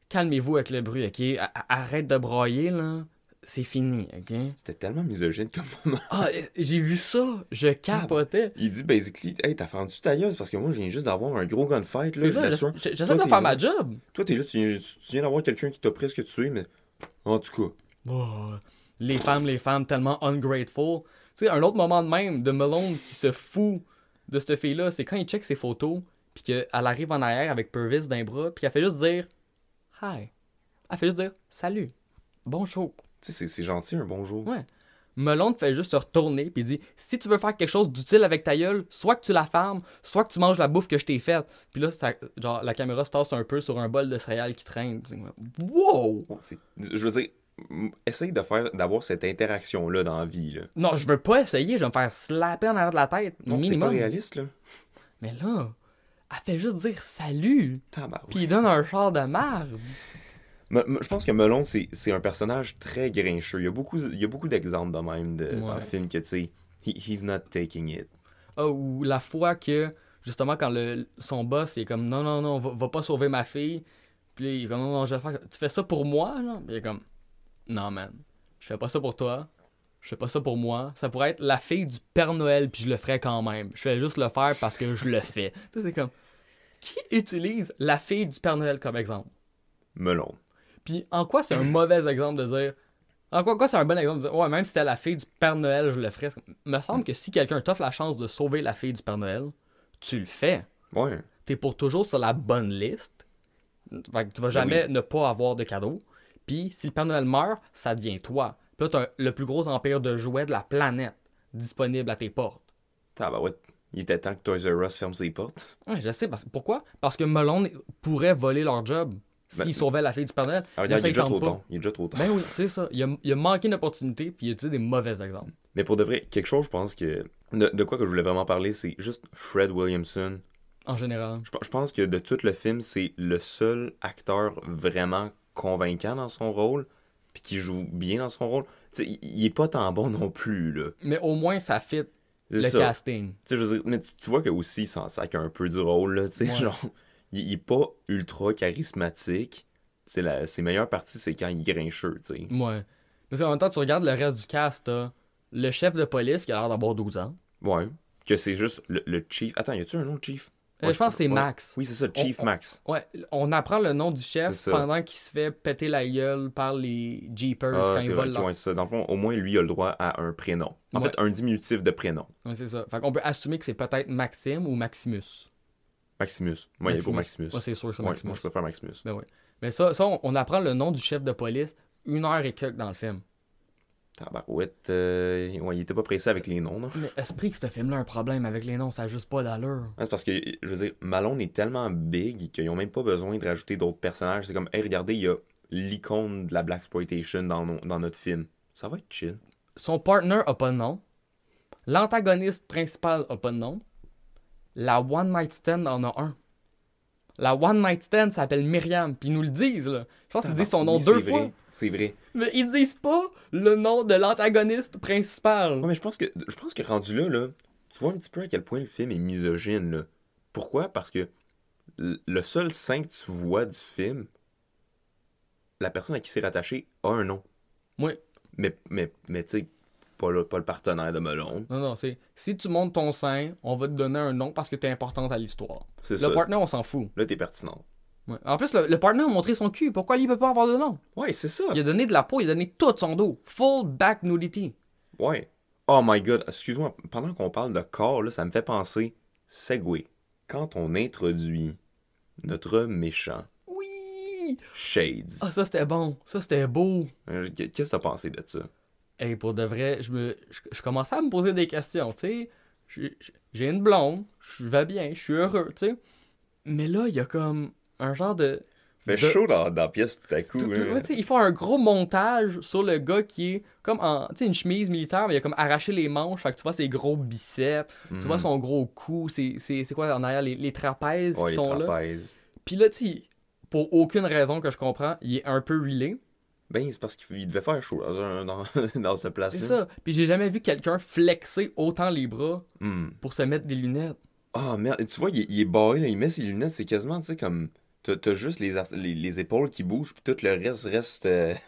Speaker 3: calmez-vous avec le bruit, ok? A- a- Arrête de brailler, là. C'est fini, ok?
Speaker 4: C'était tellement misogyne comme moment.
Speaker 3: Ah, j'ai vu ça, je capotais.
Speaker 4: Il dit basically, hey, t'as fendu ta gueule, c'est parce que moi, je viens juste d'avoir un gros gunfight, là,
Speaker 3: C'est
Speaker 4: je
Speaker 3: ça,
Speaker 4: l'assure.
Speaker 3: j'essa- J'essaie
Speaker 4: Toi,
Speaker 3: de
Speaker 4: t'es
Speaker 3: faire
Speaker 4: là.
Speaker 3: ma job.
Speaker 4: Toi, t'es là, tu viens, tu viens d'avoir quelqu'un qui t'a presque tué, mais en tout cas.
Speaker 3: Oh, les femmes, les femmes, tellement ungrateful. Tu sais, un autre moment de même de Malone qui se fout de cette fille-là, c'est quand il check ses photos, puis qu'elle arrive en arrière avec Purvis d'un bras, puis elle fait juste dire Hi. Elle fait juste dire Salut. Bon show.
Speaker 4: Tu sais, c'est- c'est gentil, un bonjour.
Speaker 3: Ouais. Melon fait juste se retourner puis dit si tu veux faire quelque chose d'utile avec ta gueule, soit que tu la fermes, soit que tu manges la bouffe que je t'ai faite. Puis là, ça- genre, la caméra se tasse un peu sur un bol de céréales qui traîne. C'est comme, Wow!
Speaker 4: Ouais, c'est- Je veux dire, m- essaye de faire d'avoir cette interaction là dans la vie là.
Speaker 3: Non, je veux pas essayer, je vais me faire slapper en arrière de la tête,
Speaker 4: Non, c'est pas
Speaker 3: minimum.
Speaker 4: réaliste là.
Speaker 3: Mais là, elle fait juste dire salut,
Speaker 4: Tabarouette.
Speaker 3: puis il donne un char de marde.
Speaker 4: Me- me- Je pense que Melon c'est c'est un personnage très grincheux. Il y a beaucoup il y a beaucoup d'exemples de même de, dans
Speaker 3: Ouais.
Speaker 4: le film que tu sais, he- he's not taking it.
Speaker 3: Ah, ou la fois que, justement, quand le, son boss il est comme non, non, non, va, va pas sauver ma fille. Puis là, il est comme non, non, je vais faire. Tu fais ça pour moi, genre? Puis il est comme non, man, je fais pas ça pour toi. Je fais pas ça pour moi. Ça pourrait être la fille du Père Noël, puis je le ferais quand même. Je vais juste le faire parce que je le fais. Tu sais, c'est comme. Qui utilise la fille du Père Noël comme exemple?
Speaker 4: Melon.
Speaker 3: Puis en quoi c'est un mauvais exemple de dire. En quoi, quoi c'est un bon exemple de dire. Ouais, même si c'était la fille du Père Noël, je le ferais. C'est comme- Me semble que si quelqu'un t'offre la chance de sauver la fille du Père Noël, tu le fais.
Speaker 4: Ouais.
Speaker 3: T'es pour toujours sur la bonne liste. Fait que tu vas jamais ne pas avoir de cadeau. Puis si le Père Noël meurt, ça devient toi. Puis là, t'as le plus gros empire de jouets de la planète disponible à tes portes.
Speaker 4: Tabarouette. Il était temps que Toys R Us ferme ses portes.
Speaker 3: Ouais, je sais. Parce... Pourquoi Parce que Melon pourrait voler leur job s'ils
Speaker 4: Ben-
Speaker 3: sauvaient la fille du Père Noël.
Speaker 4: Ah,
Speaker 3: Mais
Speaker 4: regarde,
Speaker 3: ça,
Speaker 4: il est
Speaker 3: ils
Speaker 4: déjà
Speaker 3: tentent
Speaker 4: trop
Speaker 3: pas.
Speaker 4: tard. Il est déjà trop tard.
Speaker 3: Ben oui, c'est ça. Il a, il a manqué une opportunité, puis il a utilisé des mauvais exemples.
Speaker 4: Mais pour de vrai, quelque chose je pense que de, de quoi que je voulais vraiment parler, c'est juste Fred Williamson.
Speaker 3: En général.
Speaker 4: Je, pe- je pense que de tout le film, c'est le seul acteur vraiment convaincant dans son rôle, puis qui joue bien dans son rôle. Tu sais, il- il est pas tant bon non plus, là.
Speaker 3: Mais au moins, ça fit
Speaker 4: C'est
Speaker 3: le
Speaker 4: ça.
Speaker 3: casting.
Speaker 4: Tu sais, je veux dire, mais tu, tu vois que aussi, il s'en sac un peu du rôle, là, tu sais,
Speaker 3: Ouais.
Speaker 4: genre, il, il est pas ultra charismatique. Tu sais, la- ses meilleures parties, c'est quand il est grincheux, tu sais.
Speaker 3: Ouais. Parce qu'en même temps, tu regardes le reste du cast, t'as le chef de police qui a l'air d'avoir 12 ans.
Speaker 4: Ouais. Que c'est juste le, le chief. Attends, y a-tu un autre chief?
Speaker 3: Euh,
Speaker 4: Ouais,
Speaker 3: je pense que c'est
Speaker 4: ouais.
Speaker 3: Max.
Speaker 4: Oui, c'est ça, Chief
Speaker 3: On- on-
Speaker 4: Max.
Speaker 3: Ouais, on apprend le nom du chef
Speaker 4: C'est ça.
Speaker 3: pendant qu'il se fait péter la gueule par les Jeepers
Speaker 4: Ah,
Speaker 3: quand
Speaker 4: c'est
Speaker 3: ils
Speaker 4: vrai
Speaker 3: volent
Speaker 4: qu'il
Speaker 3: leur...
Speaker 4: ouais, ça. Dans le fond, au moins, lui, il a le droit à un prénom. En
Speaker 3: Ouais.
Speaker 4: fait, un diminutif de prénom.
Speaker 3: Ouais, c'est ça. Fait qu'on peut assumer que c'est peut-être Maxime ou Maximus.
Speaker 4: Maximus. Moi, il est pour Maximus.
Speaker 3: Ouais, c'est sûr que c'est
Speaker 4: Ouais,
Speaker 3: Maximus.
Speaker 4: moi, je préfère Maximus.
Speaker 3: Ben ouais. Mais ça, ça on, on apprend le nom du chef de police une heure et quelques dans le film.
Speaker 4: Tabarouette, euh, ouais, il était pas pressé avec les noms, non?
Speaker 3: Mais esprit que ce film-là a un problème avec les noms, ça a juste pas d'allure.
Speaker 4: Ah, C'est parce que, je veux dire, Malone est tellement big qu'ils ont même pas besoin de rajouter d'autres personnages. C'est comme, hey, regardez, il y a l'icône de la Black Exploitation dans, nos- dans notre film. Ça va être chill.
Speaker 3: Son partner a pas de nom. L'antagoniste principal a pas de nom. La One Night Stand en a un. La One Night Stand s'appelle Myriam, puis ils nous le disent, là. Je pense qu'ils disent Ah, son nom
Speaker 4: Ah, Oui,
Speaker 3: deux
Speaker 4: c'est
Speaker 3: fois.
Speaker 4: vrai, C'est vrai.
Speaker 3: Mais ils disent pas le nom de l'antagoniste principal.
Speaker 4: Ouais, mais je pense que je pense que rendu là, là, tu vois un petit peu à quel point le film est misogyne. Là. Pourquoi? Parce que l- le seul sein que tu vois du film, la personne à qui c'est rattaché a un nom.
Speaker 3: Ouais.
Speaker 4: Mais, mais, mais tu sais, pas le, pas le partenaire de Melon.
Speaker 3: Non, non, c'est si tu montes ton sein, on va te donner un nom parce que t'es importante à l'histoire.
Speaker 4: C'est
Speaker 3: Le
Speaker 4: ça.
Speaker 3: partner, on s'en fout.
Speaker 4: Là, t'es pertinent.
Speaker 3: Ouais. En plus, le, le partner a montré son cul. Pourquoi lui, il peut pas avoir de nom?
Speaker 4: Ouais, c'est ça.
Speaker 3: Il a donné de la peau, il a donné tout son dos. Full back nudity.
Speaker 4: Ouais. Oh my god, excuse-moi, pendant qu'on parle de corps, là, ça me fait penser. Segway. Quand on introduit notre méchant,
Speaker 3: Oui!
Speaker 4: Shades.
Speaker 3: Ah, ça c'était bon, ça c'était beau.
Speaker 4: Euh, Qu'est-ce que t'as pensé de ça?
Speaker 3: Et pour de vrai, je, me, je, je commençais à me poser des questions, tu sais. Je- je- J'ai une blonde, je vais bien, je suis heureux, tu sais. Mais là, il y a comme un genre de.
Speaker 4: Fait
Speaker 3: de-
Speaker 4: chaud dans, dans la pièce tout à coup.
Speaker 3: Tout- tout-
Speaker 4: hein.
Speaker 3: ouais, tu sais, ils font un gros montage sur le gars qui est comme en tu sais, une chemise militaire, mais il a comme arraché les manches. Fait que tu vois ses gros biceps, tu
Speaker 4: Mm. Hmm.
Speaker 3: vois son gros cou, c'est c'est- c'est quoi en arrière, les, les trapèzes
Speaker 4: Ouais,
Speaker 3: qui
Speaker 4: les
Speaker 3: sont là.
Speaker 4: trapèzes.
Speaker 3: Puis là, tu sais, pour aucune raison que je comprends, il est un peu reelé.
Speaker 4: Ben, c'est parce qu'il devait faire chaud dans, un- dans, dans ce place-là.
Speaker 3: C'est ça. Puis j'ai jamais vu quelqu'un flexer autant les bras
Speaker 4: Hmm.
Speaker 3: pour se mettre des lunettes.
Speaker 4: Ah merde, Et tu vois, il, est- il est barré, là, il met ses lunettes, c'est quasiment, tu sais, comme. T'as t'as juste les, art- les, les épaules qui bougent, puis tout le reste reste. euh, Tu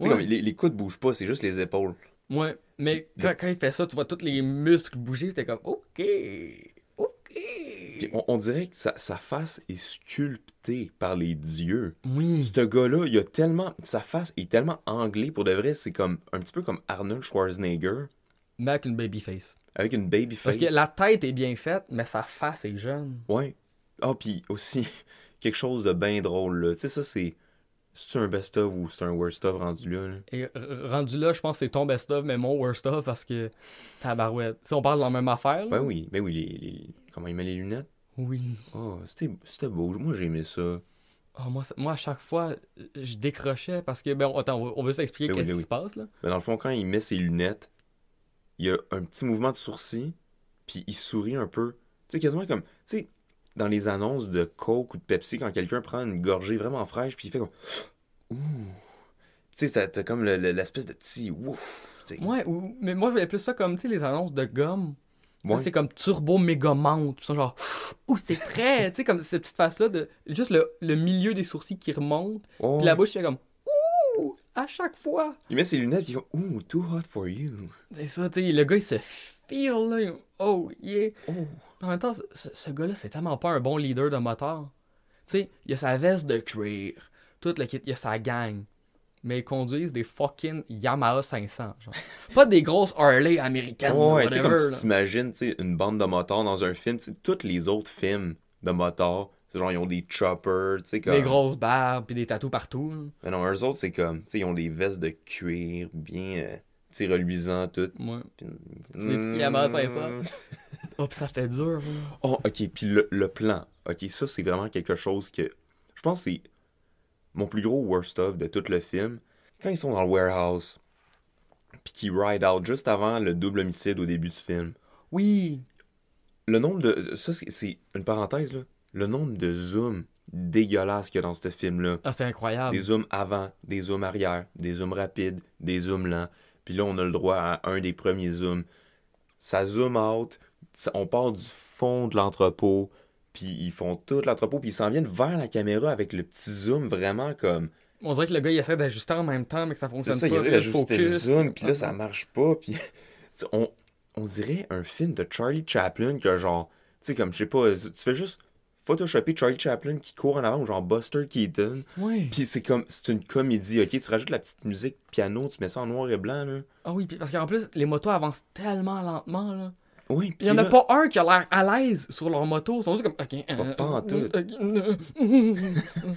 Speaker 4: sais,
Speaker 3: Ouais.
Speaker 4: comme les, les coudes bougent pas, c'est juste les épaules.
Speaker 3: Ouais, mais
Speaker 4: Puis-
Speaker 3: quand, quand il fait ça, tu vois tous les muscles bouger, t'es comme OK, OK.
Speaker 4: Puis on, on dirait que sa, sa face est sculptée par les dieux.
Speaker 3: Oui.
Speaker 4: Ce gars-là, il a tellement. Sa face est tellement anglais, pour de vrai, c'est comme un petit peu comme Arnold Schwarzenegger,
Speaker 3: Mais avec une baby face.
Speaker 4: avec une baby face.
Speaker 3: Parce que la tête est bien faite, mais sa face est jeune.
Speaker 4: Ouais. Ah, puis aussi, quelque chose de bien drôle, là. Tu sais, ça, c'est. C'est un best-of ou c'est un worst-of rendu là, là?
Speaker 3: Et r- rendu là, je pense que c'est ton best-of, mais mon worst-of parce que tabarouette. Si on parle de la même affaire, là.
Speaker 4: Ben oui, ben oui, les- les- comment il met les lunettes?
Speaker 3: Oui.
Speaker 4: Oh, c'était c'était beau. Moi, j'ai aimé ça.
Speaker 3: Ah, moi, ça- moi, à chaque fois, je décrochais parce que, ben, on- attends, on veut- on veut s'expliquer
Speaker 4: Ben oui,
Speaker 3: qu'est-ce
Speaker 4: ben
Speaker 3: qui
Speaker 4: oui.
Speaker 3: se passe, là.
Speaker 4: Mais dans le fond, quand il met ses lunettes, il y a un petit mouvement de sourcil, puis il sourit un peu. Tu sais, quasiment comme. Tu sais, dans les annonces de Coke ou de Pepsi, quand quelqu'un prend une gorgée vraiment fraîche, puis il fait comme. Ouh! Tu sais, t'as- t'as comme le- le- l'espèce de petit ouf. tu sais.
Speaker 3: Ouais, ou- mais moi, je voulais plus ça comme, tu sais, les annonces de gomme. Là,
Speaker 4: Ouais.
Speaker 3: C'est comme turbo mégamente. Puis ça, genre, ouh, c'est frais. tu sais, comme cette petite face-là, de juste le, le milieu des sourcils qui remonte.
Speaker 4: Oh,
Speaker 3: Puis la bouche, c'est comme, ouh, à chaque fois.
Speaker 4: Il met ses lunettes, puis il fait comme. Ouh, too hot for you.
Speaker 3: C'est ça, tu sais, le gars, il se feel, là. il- Oh, yeah.
Speaker 4: Oh!
Speaker 3: En même temps, ce, ce- ce gars-là, c'est tellement pas un bon leader de moteur. Tu sais, il a sa veste de cuir, tout le kit, il a sa gang. Mais ils conduisent des fucking Yamaha 500, genre. Pas des grosses Harley américaines,
Speaker 4: Ouais, ouais, tu sais,
Speaker 3: whatever,
Speaker 4: comme tu
Speaker 3: là.
Speaker 4: t'imagines, tu sais, une bande de motards dans un film, tu sais, tous les autres films de motards, c'est genre, ils ont des choppers, tu sais, comme...
Speaker 3: Des grosses barbes, puis des tatous partout. là.
Speaker 4: Mais non, eux autres, c'est comme, tu sais, ils ont des vestes de cuir bien, euh, tu sais, reluisants, tout.
Speaker 3: Ouais.
Speaker 4: Puis...
Speaker 3: C'est des petites Yamaha
Speaker 4: Mm.
Speaker 3: 500. Oh, pis ça fait dur, là.
Speaker 4: Oh, ok, puis le, le plan, ok, ça, c'est vraiment quelque chose que... Je pense que c'est mon plus gros worst of de tout le film. Quand ils sont dans le warehouse, puis qu'ils ride out juste avant le double homicide au début du film.
Speaker 3: Oui.
Speaker 4: Le nombre de. Ça, c'est- c'est une parenthèse, là. Le nombre de zooms dégueulasses qu'il y a dans ce film-là.
Speaker 3: Ah, c'est incroyable.
Speaker 4: Des zooms avant, des zooms arrière, des zooms rapides, des zooms lents. Puis là, on a le droit à un des premiers zooms. Ça zoom out, ça- on part du fond de l'entrepôt, puis ils font tout l'entrepôt, puis ils s'en viennent vers la caméra avec le petit zoom vraiment comme.
Speaker 3: On dirait que le gars, il essaie d'ajuster en même temps, mais que ça
Speaker 4: C'est
Speaker 3: fonctionne
Speaker 4: ça,
Speaker 3: pas.
Speaker 4: ils essaient
Speaker 3: puis le
Speaker 4: d'ajuster le
Speaker 3: focus.
Speaker 4: zoom, puis là, ça marche pas, puis... Tu sais, on, on dirait un film de Charlie Chaplin que genre... Tu sais, comme, je sais pas, tu fais juste photoshopper Charlie Chaplin qui court en avant ou genre Buster Keaton,
Speaker 3: Ouais.
Speaker 4: puis c'est comme... C'est une comédie, OK? Tu rajoutes la petite musique piano, tu mets ça en noir et blanc, là.
Speaker 3: Ah oui, puis parce qu'en plus, les motos avancent tellement lentement, là.
Speaker 4: Oui,
Speaker 3: Il
Speaker 4: puis
Speaker 3: y en a
Speaker 4: là-
Speaker 3: pas un qui a l'air à l'aise sur leur moto. Ils sont juste comme, ok, euh,
Speaker 4: pas en tout.
Speaker 3: euh, euh, euh,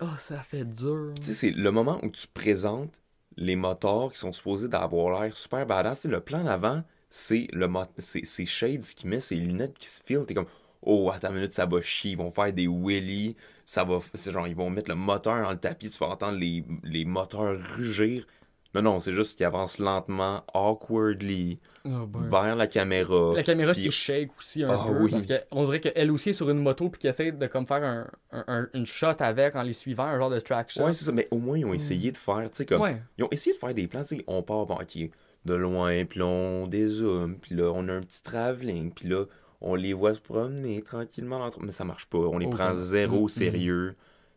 Speaker 3: oh, ça fait dur.
Speaker 4: Tu sais, c'est le moment où tu présentes les moteurs qui sont supposés d'avoir l'air super badass. Tu sais, le plan d'avant, c'est le mo- c'est c'est Shades qui met ses lunettes qui se filent. T'es comme, oh, attends une minute, ça va chier. Ils vont faire des wheelies. Ça va, c'est genre, ils vont mettre le moteur dans le tapis. Tu vas entendre les, les moteurs rugir. Non, non, c'est juste qu'ils avancent lentement, awkwardly,
Speaker 3: Oh, ben.
Speaker 4: vers la caméra.
Speaker 3: La caméra qui
Speaker 4: Puis-
Speaker 3: shake aussi un
Speaker 4: Ah
Speaker 3: peu.
Speaker 4: oui.
Speaker 3: Parce qu'on dirait qu'elle aussi est sur une moto puis qu'elle essaie de comme faire un, un- un- une shot avec en les suivant, un genre de track shot.
Speaker 4: Ouais, c'est ça. Mais au moins, ils ont essayé de faire, tu sais, comme,
Speaker 3: Ouais.
Speaker 4: Ils ont essayé de faire des plans, tu sais, on part, bon, ok, de loin, puis là, on dézoome, puis là, on a un petit travelling, puis là, on les voit se promener tranquillement dans le trou- Mais ça marche pas, on les
Speaker 3: Aucun.
Speaker 4: prend zéro
Speaker 3: Mm,
Speaker 4: au sérieux.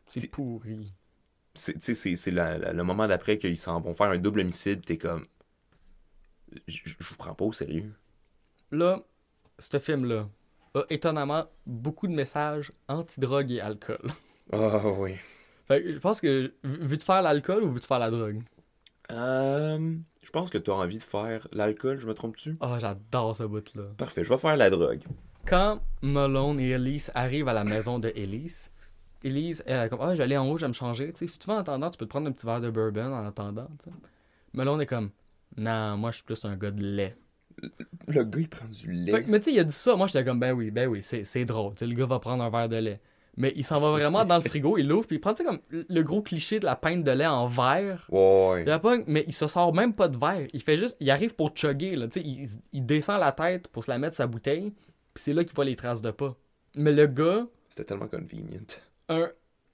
Speaker 3: C'est pourri.
Speaker 4: C'est- Tu sais, c'est- c'est la- la- le moment d'après qu'ils s'en vont faire un double homicide, puis t'es comme... Je je- je vous prends pas au sérieux.
Speaker 3: Là, ce film-là a étonnamment beaucoup de messages anti-drogue et alcool.
Speaker 4: Ah oui.
Speaker 3: Fait que je pense que, vu de faire l'alcool ou vu de faire la drogue?
Speaker 4: Euh, je pense que t'as envie de faire l'alcool, je me trompe-tu?
Speaker 3: Ah, j'adore ce bout-là.
Speaker 4: Parfait, je vais faire la drogue.
Speaker 3: Quand Malone et Elise arrivent à la maison de Elise, Elise, elle est comme Ah, j'allais en haut, je vais me changer. Tu sais, si tu vas en attendant, tu peux te prendre un petit verre de bourbon en attendant. tu sais. Malone est comme Non, moi, je suis plus un gars de lait.
Speaker 4: Le gars, il prend du lait.
Speaker 3: Fait que- mais tu sais, il a dit ça. Moi, j'étais comme Ben oui, ben oui, c'est c'est drôle. Tu sais, le gars va prendre un verre de lait. Mais il s'en va vraiment dans le frigo, il l'ouvre, puis il prend, tu sais, comme le gros cliché de la pinte de lait en verre.
Speaker 4: Ouais.
Speaker 3: Il la pogne, mais il se sort même pas de verre. Il fait juste, il arrive pour chugger, là, tu sais, il, il descend la tête pour se la mettre sa bouteille, puis c'est là qu'il voit les traces de pas. Mais le gars,
Speaker 4: C'était tellement convenient.
Speaker 3: un,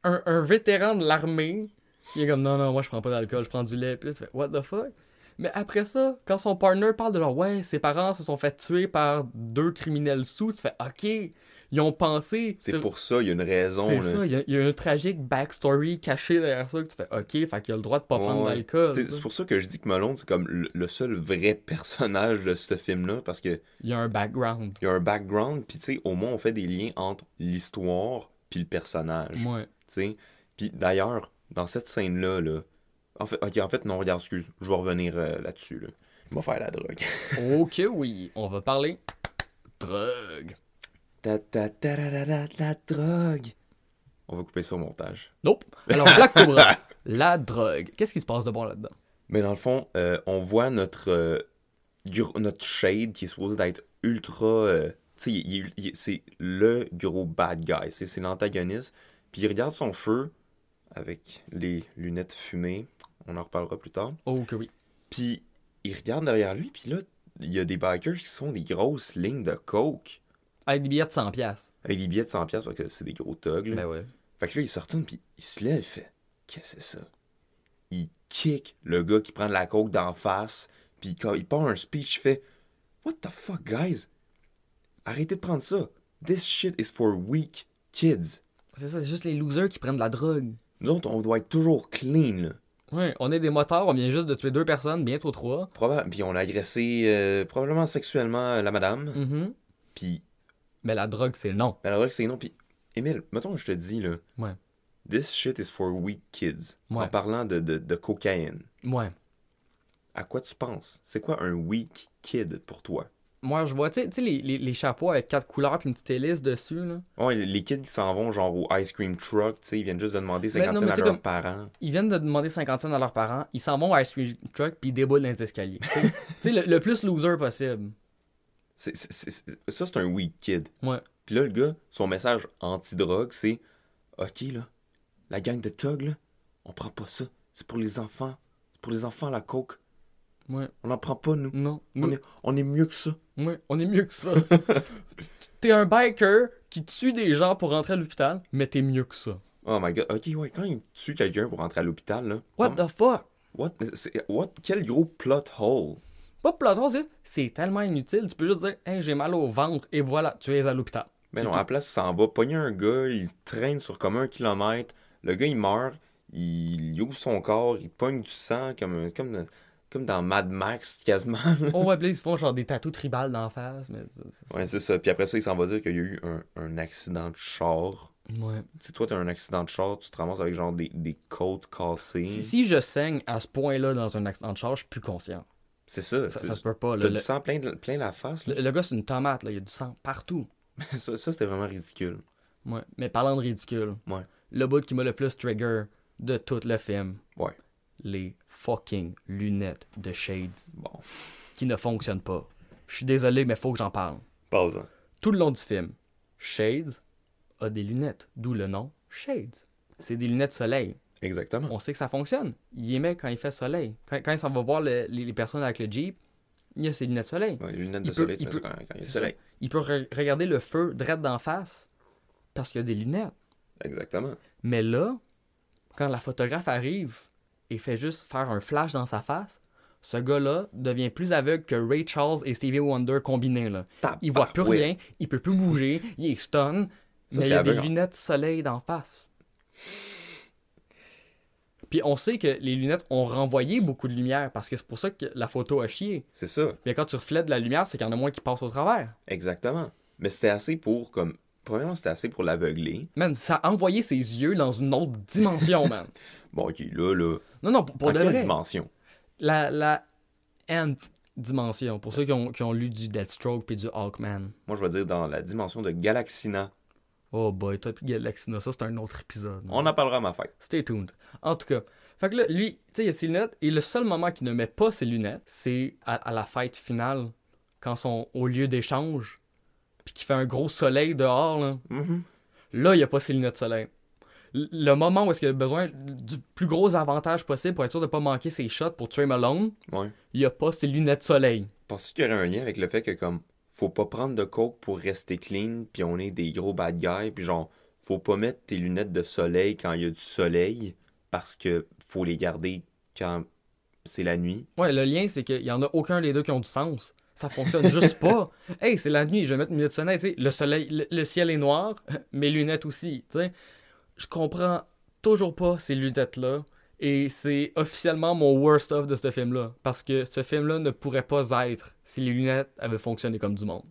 Speaker 3: un, un vétéran de l'armée, il est comme non, non, moi je prends pas d'alcool, je prends du lait. Puis là, tu fais what the fuck? Mais après ça, quand son partner parle de genre ouais, ses parents se sont fait tuer par deux criminels sous, tu fais ok, ils ont pensé.
Speaker 4: C'est pour ça, il y a une raison.
Speaker 3: C'est
Speaker 4: là.
Speaker 3: ça, il y, a, il y a un tragique backstory caché derrière ça que tu fais ok, fait qu'il a le droit de pas
Speaker 4: Ouais,
Speaker 3: prendre
Speaker 4: ouais.
Speaker 3: d'alcool.
Speaker 4: T'sais, C'est pour ça que je dis que Malone, c'est comme le le seul vrai personnage de ce film-là, parce que
Speaker 3: Il y a un background.
Speaker 4: il y a un background, puis tu sais, au moins on fait des liens entre l'histoire puis le personnage.
Speaker 3: Ouais.
Speaker 4: tu sais. Puis d'ailleurs, dans cette scène-là, là, en fait, ok, en fait, non, regarde, excuse, je vais revenir euh, là-dessus. Là. Il va faire la drogue.
Speaker 3: ok, oui, on va parler drogue.
Speaker 4: Ta ta ta ra ra ra, la drogue. On va couper ça au montage.
Speaker 3: Nope. Alors Black Cobra, la drogue. Qu'est-ce qui se passe de bon là-dedans?
Speaker 4: Mais dans le fond, euh, on voit notre euh, gr- notre shade qui est supposé d'être ultra. euh, tu sais, il- il- il- c'est le gros bad guy. C'est c'est l'antagoniste. Puis il regarde son feu avec les lunettes fumées. On en reparlera plus tard.
Speaker 3: Oh que oui.
Speaker 4: Puis il regarde derrière lui, puis là, il y a des bikers qui sont des grosses lignes de coke
Speaker 3: Avec des billets de 100$. piastres.
Speaker 4: avec des billets de 100$ piastres parce que c'est des gros thugs. là.
Speaker 3: Ben ouais.
Speaker 4: Fait que là, il se retourne, puis il se lève, il fait Qu'est-ce que c'est ça Il kick le gars qui prend de la coke d'en face, puis quand il part un speech, il fait What the fuck, guys Arrêtez de prendre ça. This shit is for weak kids.
Speaker 3: C'est ça, c'est juste les losers qui prennent de la drogue.
Speaker 4: Nous autres, on doit être toujours clean, là.
Speaker 3: Ouais, on est des motards, on vient juste de tuer deux personnes, bientôt trois.
Speaker 4: Probable- Puis on a agressé euh, probablement sexuellement euh, la madame,
Speaker 3: Mhm.
Speaker 4: puis
Speaker 3: Mais la drogue, c'est non.
Speaker 4: Mais la drogue, c'est non. Puis, Emile, mettons, je te dis, là.
Speaker 3: Ouais.
Speaker 4: This shit is for weak kids.
Speaker 3: Ouais.
Speaker 4: En parlant de, de, de cocaïne.
Speaker 3: Ouais.
Speaker 4: À quoi tu penses? C'est quoi un weak kid pour toi?
Speaker 3: Moi, je vois, tu sais- tu sais, les, les- les chapeaux avec quatre couleurs puis une petite hélice dessus, là.
Speaker 4: Ouais, les- les kids qui s'en vont, genre, au ice cream truck, tu sais, ils viennent juste de demander
Speaker 3: Mais Ben, non,
Speaker 4: 50
Speaker 3: mais
Speaker 4: cents à
Speaker 3: tu sais,
Speaker 4: leurs
Speaker 3: comme-
Speaker 4: parents.
Speaker 3: Ils viennent de demander 50 cents à leurs parents, ils s'en vont au ice cream truck puis ils déboulent dans les escaliers. Tu sais- tu sais, le, le plus loser possible.
Speaker 4: C'est- c'est- c'est- c'est- ça, c'est un weak kid.
Speaker 3: Ouais.
Speaker 4: Puis là, le gars, son message anti-drogue, c'est Ok, là, la gang de thugs, là, on prend pas ça. C'est pour les enfants. C'est pour les enfants, la coke.
Speaker 3: Ouais.
Speaker 4: On n'en prend pas, nous.
Speaker 3: Non.
Speaker 4: On est, on est mieux que ça.
Speaker 3: Ouais, on est mieux que ça. t'es un biker qui tue des gens pour rentrer à l'hôpital, mais t'es mieux que ça.
Speaker 4: Oh my god, ok, ouais, quand il tue quelqu'un pour rentrer à l'hôpital, là.
Speaker 3: What
Speaker 4: comment-
Speaker 3: the fuck?
Speaker 4: What, c'est- what? Quel gros plot hole!
Speaker 3: Pas pour l'autre, c'est- c'est tellement inutile. Tu peux juste dire, hey, j'ai mal au ventre, et voilà, tu es à l'hôpital.
Speaker 4: Mais
Speaker 3: C'est
Speaker 4: non,
Speaker 3: tout.
Speaker 4: à la place, il s'en va pogner un gars, il traîne sur comme un kilomètre, le gars il meurt, il, il ouvre son corps, il pogne du sang comme, comme, comme dans Mad Max quasiment. là.
Speaker 3: Oh, ouais, puis là, ils se font genre des tatous tribales d'en face. Mais...
Speaker 4: ouais, c'est ça. Puis après ça, il s'en va dire qu'il y a eu un, un accident de char.
Speaker 3: Ouais.
Speaker 4: Tu sais, toi, t'as un accident de char, tu te ramasses avec genre des, des côtes cassées.
Speaker 3: Si, si je saigne à ce point-là dans un accident de charge, je suis plus conscient.
Speaker 4: C'est ça.
Speaker 3: Ça,
Speaker 4: c'est-
Speaker 3: ça se peut pas.
Speaker 4: T'as
Speaker 3: là.
Speaker 4: du
Speaker 3: Le,
Speaker 4: sang plein, de- plein la face. là.
Speaker 3: le- le gars, c'est une tomate, là. il y a du sang partout.
Speaker 4: ça, ça, c'était vraiment ridicule.
Speaker 3: Ouais. Mais parlant de ridicule,
Speaker 4: Ouais.
Speaker 3: le bout qui m'a le plus trigger de tout le film,
Speaker 4: Ouais.
Speaker 3: les fucking lunettes de Shades
Speaker 4: Bon.
Speaker 3: qui ne fonctionnent pas. Je suis désolé, mais faut que j'en parle.
Speaker 4: Pause. hein.
Speaker 3: Tout le long du film, Shades a des lunettes, d'où le nom Shades. C'est des lunettes soleil.
Speaker 4: Exactement.
Speaker 3: On sait que ça fonctionne. Il aimait quand il fait soleil. Quand, quand il s'en va voir le- les, les personnes avec le Jeep, il a ses lunettes soleil.
Speaker 4: Ouais, les lunettes
Speaker 3: Il
Speaker 4: de
Speaker 3: peut-
Speaker 4: soleil, tu
Speaker 3: il
Speaker 4: mets
Speaker 3: peut-
Speaker 4: ça quand, quand il y a du
Speaker 3: C'est ça.
Speaker 4: soleil.
Speaker 3: Il peut re- regarder le feu direct d'en face parce qu'il y a des lunettes.
Speaker 4: Exactement.
Speaker 3: Mais là, quand la photographe arrive et fait juste faire un flash dans sa face, ce gars-là devient plus aveugle que Ray Charles et Stevie Wonder combinés. Là. Il voit plus
Speaker 4: Ah, Ouais.
Speaker 3: rien, il peut plus bouger, il est stun,
Speaker 4: Ça,
Speaker 3: mais
Speaker 4: c'est
Speaker 3: il y a des
Speaker 4: aveugle.
Speaker 3: lunettes soleil d'en face. Puis on sait que les lunettes ont renvoyé beaucoup de lumière parce que c'est pour ça que la photo a chié.
Speaker 4: C'est ça,
Speaker 3: Mais quand tu reflètes de la lumière, c'est qu'il y en a moins qui passe au travers.
Speaker 4: exactement. Mais c'était assez pour, comme. Premièrement, c'était assez pour l'aveugler.
Speaker 3: Man, ça a envoyé ses yeux dans une autre dimension, man.
Speaker 4: Bon, ok, là, là.
Speaker 3: Non, non, pour, pour
Speaker 4: en
Speaker 3: de
Speaker 4: quelle
Speaker 3: vrai.
Speaker 4: dimension
Speaker 3: La, la nth dimension, pour ceux qui ont, qui ont lu du Deathstroke puis du Hawkman.
Speaker 4: Moi, je vais dire dans la dimension de Galaxina.
Speaker 3: Oh boy, toi pis Galaxina, ça c'est un autre épisode.
Speaker 4: On en parlera à ma fête.
Speaker 3: Stay tuned. En tout cas, fait que là, lui, tu sais, il a ses lunettes, et le seul moment qu'il ne met pas ses lunettes, c'est à, à la fête finale, quand ils sont au lieu d'échange, puis qu'il fait un gros soleil dehors, là.
Speaker 4: Mhm.
Speaker 3: Là, il a pas ses lunettes de soleil. L- Le moment où est-ce qu'il a besoin du plus gros avantage possible pour être sûr de pas manquer ses shots pour tuer Malone,
Speaker 4: Ouais.
Speaker 3: il a pas ses lunettes de soleil.
Speaker 4: Penses-tu qu'il y aurait un lien avec le fait que, comme, faut pas prendre de coke pour rester clean, puis on est des gros bad guys, puis genre, faut pas mettre tes lunettes de soleil quand il y a du soleil, parce que faut les garder quand c'est la nuit?
Speaker 3: Ouais, le lien, c'est qu'il y en a aucun des deux qui ont du sens. Ça fonctionne juste pas. Hey, c'est la nuit, je vais mettre mes lunettes de soleil. tu sais, le soleil, le, le ciel est noir, mes lunettes aussi. tu sais. Je comprends toujours pas ces lunettes-là. Et c'est officiellement mon worst of de ce film-là. Parce que ce film-là ne pourrait pas être si les lunettes avaient fonctionné comme du monde.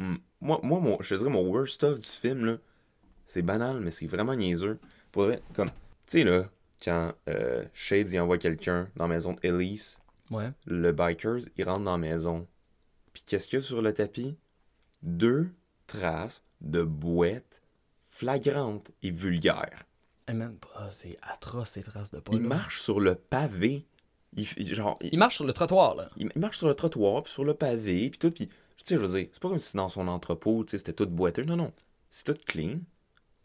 Speaker 4: Hmm. Moi, moi mon- je te dirais, mon worst of du film, là, c'est banal, mais c'est vraiment niaiseux. Pour vrai, comme, tu sais, là, quand euh, Shades y envoie quelqu'un dans la maison de Elise,
Speaker 3: Ouais.
Speaker 4: le Bikers, il rentre dans la maison. Puis qu'est-ce qu'il y a sur le tapis? Deux traces de boîtes flagrantes et vulgaires.
Speaker 3: Et même pas, Eh, bah, c'est atroce ces traces de pas.
Speaker 4: Il marche sur le pavé. Il, f- il- genre, il,
Speaker 3: Il marche sur le trottoir, là.
Speaker 4: il marche sur le trottoir, puis sur le pavé, puis tout. Puis, tu sais, je veux dire, c'est pas comme si dans son entrepôt, tu sais, c'était tout boiteux. Non, non. C'est tout clean.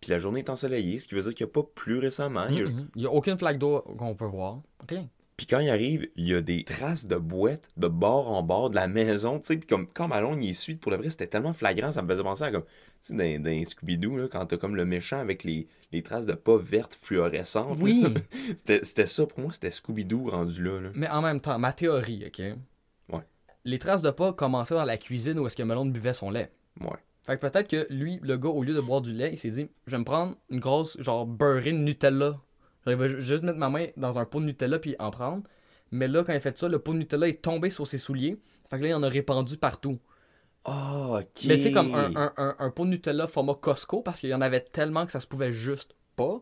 Speaker 4: Puis la journée est ensoleillée, ce qui veut dire qu'il n'y a pas plus récemment. il y a-
Speaker 3: Mhm. Il y a aucune flaque d'eau qu'on peut voir. OK.
Speaker 4: Puis quand il arrive, il y a des traces de boîtes de bord en bord de la maison, tu sais. Puis comme quand Malone il est suite, pour le vrai, c'était tellement flagrant, ça me faisait penser à comme, tu sais, dans, dans Scooby-Doo, là, quand t'as comme le méchant avec les, les traces de pas vertes fluorescentes. là.
Speaker 3: Oui.
Speaker 4: c'était, c'était ça, pour moi, c'était Scooby-Doo rendu là. là.
Speaker 3: Mais en même temps, ma théorie, OK?
Speaker 4: Ouais.
Speaker 3: Les traces de pas commençaient dans la cuisine où est-ce que Melon buvait son lait.
Speaker 4: Ouais.
Speaker 3: Fait que peut-être que lui, le gars, au lieu de boire du lait, il s'est dit Je vais me prendre une grosse, genre, beurrée de Nutella. Je vais ju- juste mettre ma main dans un pot de Nutella puis en prendre. Mais là, quand il a fait ça, le pot de Nutella est tombé sur ses souliers. Fait que là, il en a répandu partout.
Speaker 4: Ah, ok.
Speaker 3: Mais tu sais, comme un, un, un, un pot de Nutella format Costco, parce qu'il y en avait tellement que ça se pouvait juste pas.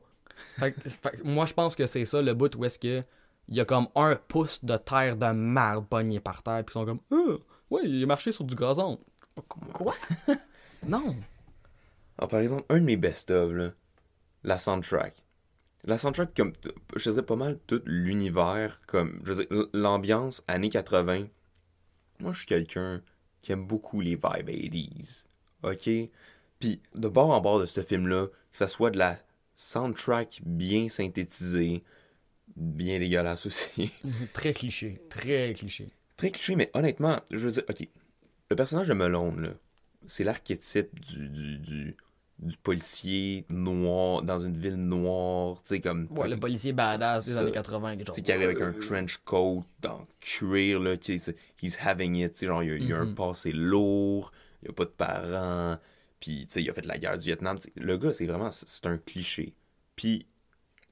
Speaker 3: Fait que- fait que moi, je pense que c'est ça le bout où est-ce que il y a comme un pouce de terre de merde pogné par terre, puis ils sont comme Ah, Ouais, il a marché sur du gazon. Quoi Non
Speaker 4: Ah, par exemple, un de mes best-of, là, la soundtrack. La soundtrack, comme, t- je dirais pas mal tout l'univers, comme, je dirais, l- l'ambiance années 80. Moi, je suis quelqu'un qui aime beaucoup les vibes 80s, ok? Puis, de bord en bord de ce film-là, que ça soit de la soundtrack bien synthétisée, bien dégueulasse aussi,
Speaker 3: Très cliché, très cliché.
Speaker 4: Très cliché, mais honnêtement, je veux dire, ok, le personnage de Melone, là, c'est l'archétype du, du, du, du policier noir dans une ville noire, tu sais, comme.
Speaker 3: Ouais, le policier badass des
Speaker 4: Ça.
Speaker 3: années 80, quelque
Speaker 4: Tu sais,
Speaker 3: chose.
Speaker 4: qui arrive avec un trench coat en cuir, là, qui est- he's having it, tu sais, genre, il y a, il y a un
Speaker 3: Mhm.
Speaker 4: passé lourd, il n'y a pas de parents, puis, tu sais, il a fait la guerre du Vietnam, tu sais, le gars, c'est vraiment, c'est c'est un cliché. Puis,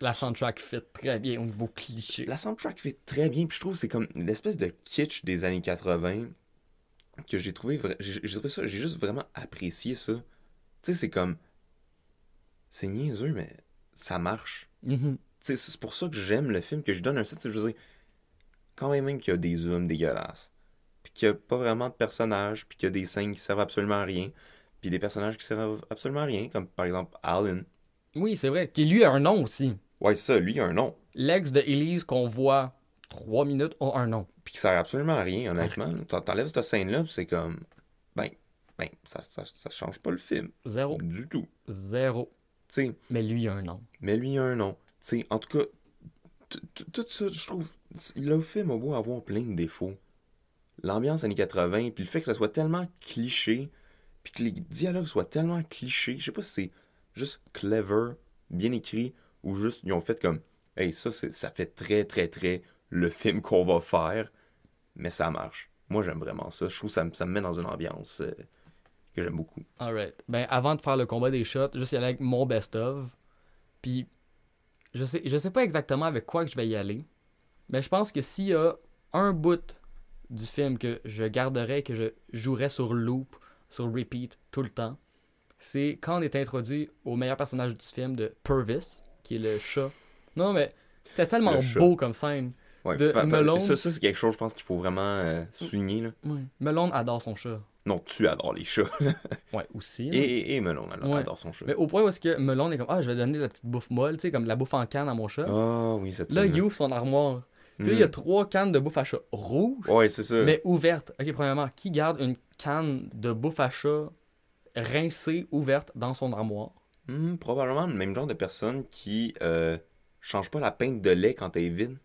Speaker 3: La soundtrack fit très bien au niveau cliché.
Speaker 4: la soundtrack fait très bien, puis je trouve que c'est comme l'espèce de kitsch des années 80 que j'ai trouvé vra- j'ai j'ai trouvé ça, j'ai juste vraiment apprécié ça. Tu sais, c'est comme c'est niaiseux mais ça marche.
Speaker 3: Mhm.
Speaker 4: Tu sais, c'est pour ça que j'aime le film que je donne un 7, je veux dire quand même même qu'il y a des zooms dégueulasses, puis qu'il y a pas vraiment de personnages, puis qu'il y a des scènes qui servent absolument à rien, puis des personnages qui servent absolument à rien comme par exemple Alan.
Speaker 3: Oui, c'est vrai. Qui lui a un nom aussi.
Speaker 4: Ouais, c'est ça, lui il a un nom,
Speaker 3: L'ex de Elise qu'on voit 3 minutes a un nom.
Speaker 4: puis qui sert absolument à rien, honnêtement. T'en- T'enlèves cette scène-là, puis c'est comme, ben, ben, ça, ça, ça change pas le film,
Speaker 3: Zéro.
Speaker 4: du tout.
Speaker 3: Zéro.
Speaker 4: Tu sais,
Speaker 3: Mais lui, il a un nom.
Speaker 4: mais lui, il a un nom. Tu sais, en tout cas, t- t- tout ça, je trouve, c- le film a beau avoir plein de défauts. L'ambiance années 80, puis le fait que ça soit tellement cliché, puis que les dialogues soient tellement clichés, je sais pas si c'est juste clever, bien écrit, ou juste ils ont fait comme, hey, ça, c'est- ça fait très, très, très le film qu'on va faire, mais ça marche. Moi, j'aime vraiment ça. Je trouve que ça, me- ça me met dans une ambiance euh, que j'aime beaucoup.
Speaker 3: Alright. Ben, avant de faire le combat des shots, juste y aller avec mon best-of. Puis, je sais, je sais pas exactement avec quoi que je vais y aller. Mais je pense que s'il y a un bout du film que je garderai, que je jouerai sur loop, sur repeat tout le temps, c'est quand on est introduit au meilleur personnage du film de Purvis, qui est le chat. Non, mais c'était tellement
Speaker 4: Le chat.
Speaker 3: beau comme scène.
Speaker 4: Ouais,
Speaker 3: De
Speaker 4: pa- pa-
Speaker 3: Melon.
Speaker 4: Ça, ça, c'est quelque chose, je pense, qu'il faut vraiment euh, souligner. Là.
Speaker 3: Melon adore son chat.
Speaker 4: Non, tu adores les chats.
Speaker 3: Ouais, aussi.
Speaker 4: Et, et, et Melon, elle
Speaker 3: Ouais.
Speaker 4: adore son chat.
Speaker 3: Mais au point où est-ce que Melon est comme Ah, je vais donner de la petite bouffe molle, tu sais, comme de la bouffe en canne à mon chat.
Speaker 4: Ah oui, cette
Speaker 3: Là,
Speaker 4: scène-là.
Speaker 3: il ouvre son armoire. Puis là,
Speaker 4: Mhm.
Speaker 3: il y a trois cannes de bouffe à chat rouge,
Speaker 4: Hmm. Ouais, c'est ça.
Speaker 3: mais ouvertes. Ok, premièrement, qui garde une canne de bouffe à chat rincée, ouverte dans son armoire
Speaker 4: Hmm, probablement le même genre de personne qui euh, change pas la pinte de lait quand elle est vide.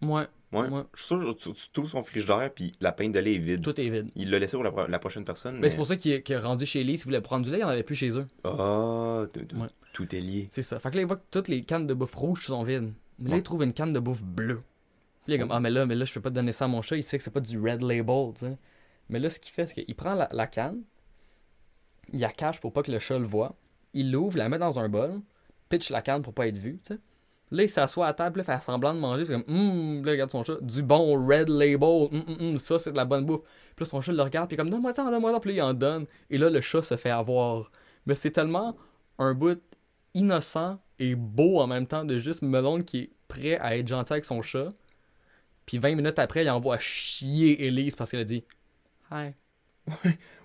Speaker 3: Ouais,
Speaker 4: Ouais.
Speaker 3: Ouais.
Speaker 4: Je suis sûr que tu, tu trouves son frigidaire puis la pinte de lait est vide.
Speaker 3: tout est vide.
Speaker 4: Il l'a laissé pour la, pro- la prochaine personne.
Speaker 3: Mais,
Speaker 4: Mais
Speaker 3: c'est pour ça qu'il est, qu'il est rendu chez lui. S'il voulait prendre du lait, il n'y en avait plus chez eux.
Speaker 4: Ah, tout- tout-
Speaker 3: Ouais.
Speaker 4: tout est lié.
Speaker 3: C'est ça. Fait que là, il voit que toutes les cannes de bouffe rouge sont vides. Mais là,
Speaker 4: Ouais.
Speaker 3: il trouve une canne de bouffe bleue. Puis il est comme, ah, mais là, mais là, je peux pas te donner ça à mon chat. Il sait que c'est pas du red label, tu sais. Mais là, ce qu'il fait, c'est qu'il prend la, la canne, il la cache pour pas que le chat le voit. Il l'ouvre, la met dans un bol, pitch la canne pour pas être vu, tu sais. Là, il s'assoit à table, là, fait semblant de manger. C'est comme, hum, là, il regarde son chat, du bon red label, hum, hum, hum, ça, c'est de la bonne bouffe. Puis là, son chat le regarde, puis il est comme, donne-moi ça, donne-moi ça, puis là, il en donne. Et là, le chat se fait avoir. Mais c'est tellement un bout innocent et beau en même temps de juste Melon qui est prêt à être gentil avec son chat. Puis 20 minutes après, il envoie chier Elise parce qu'elle a dit Hi.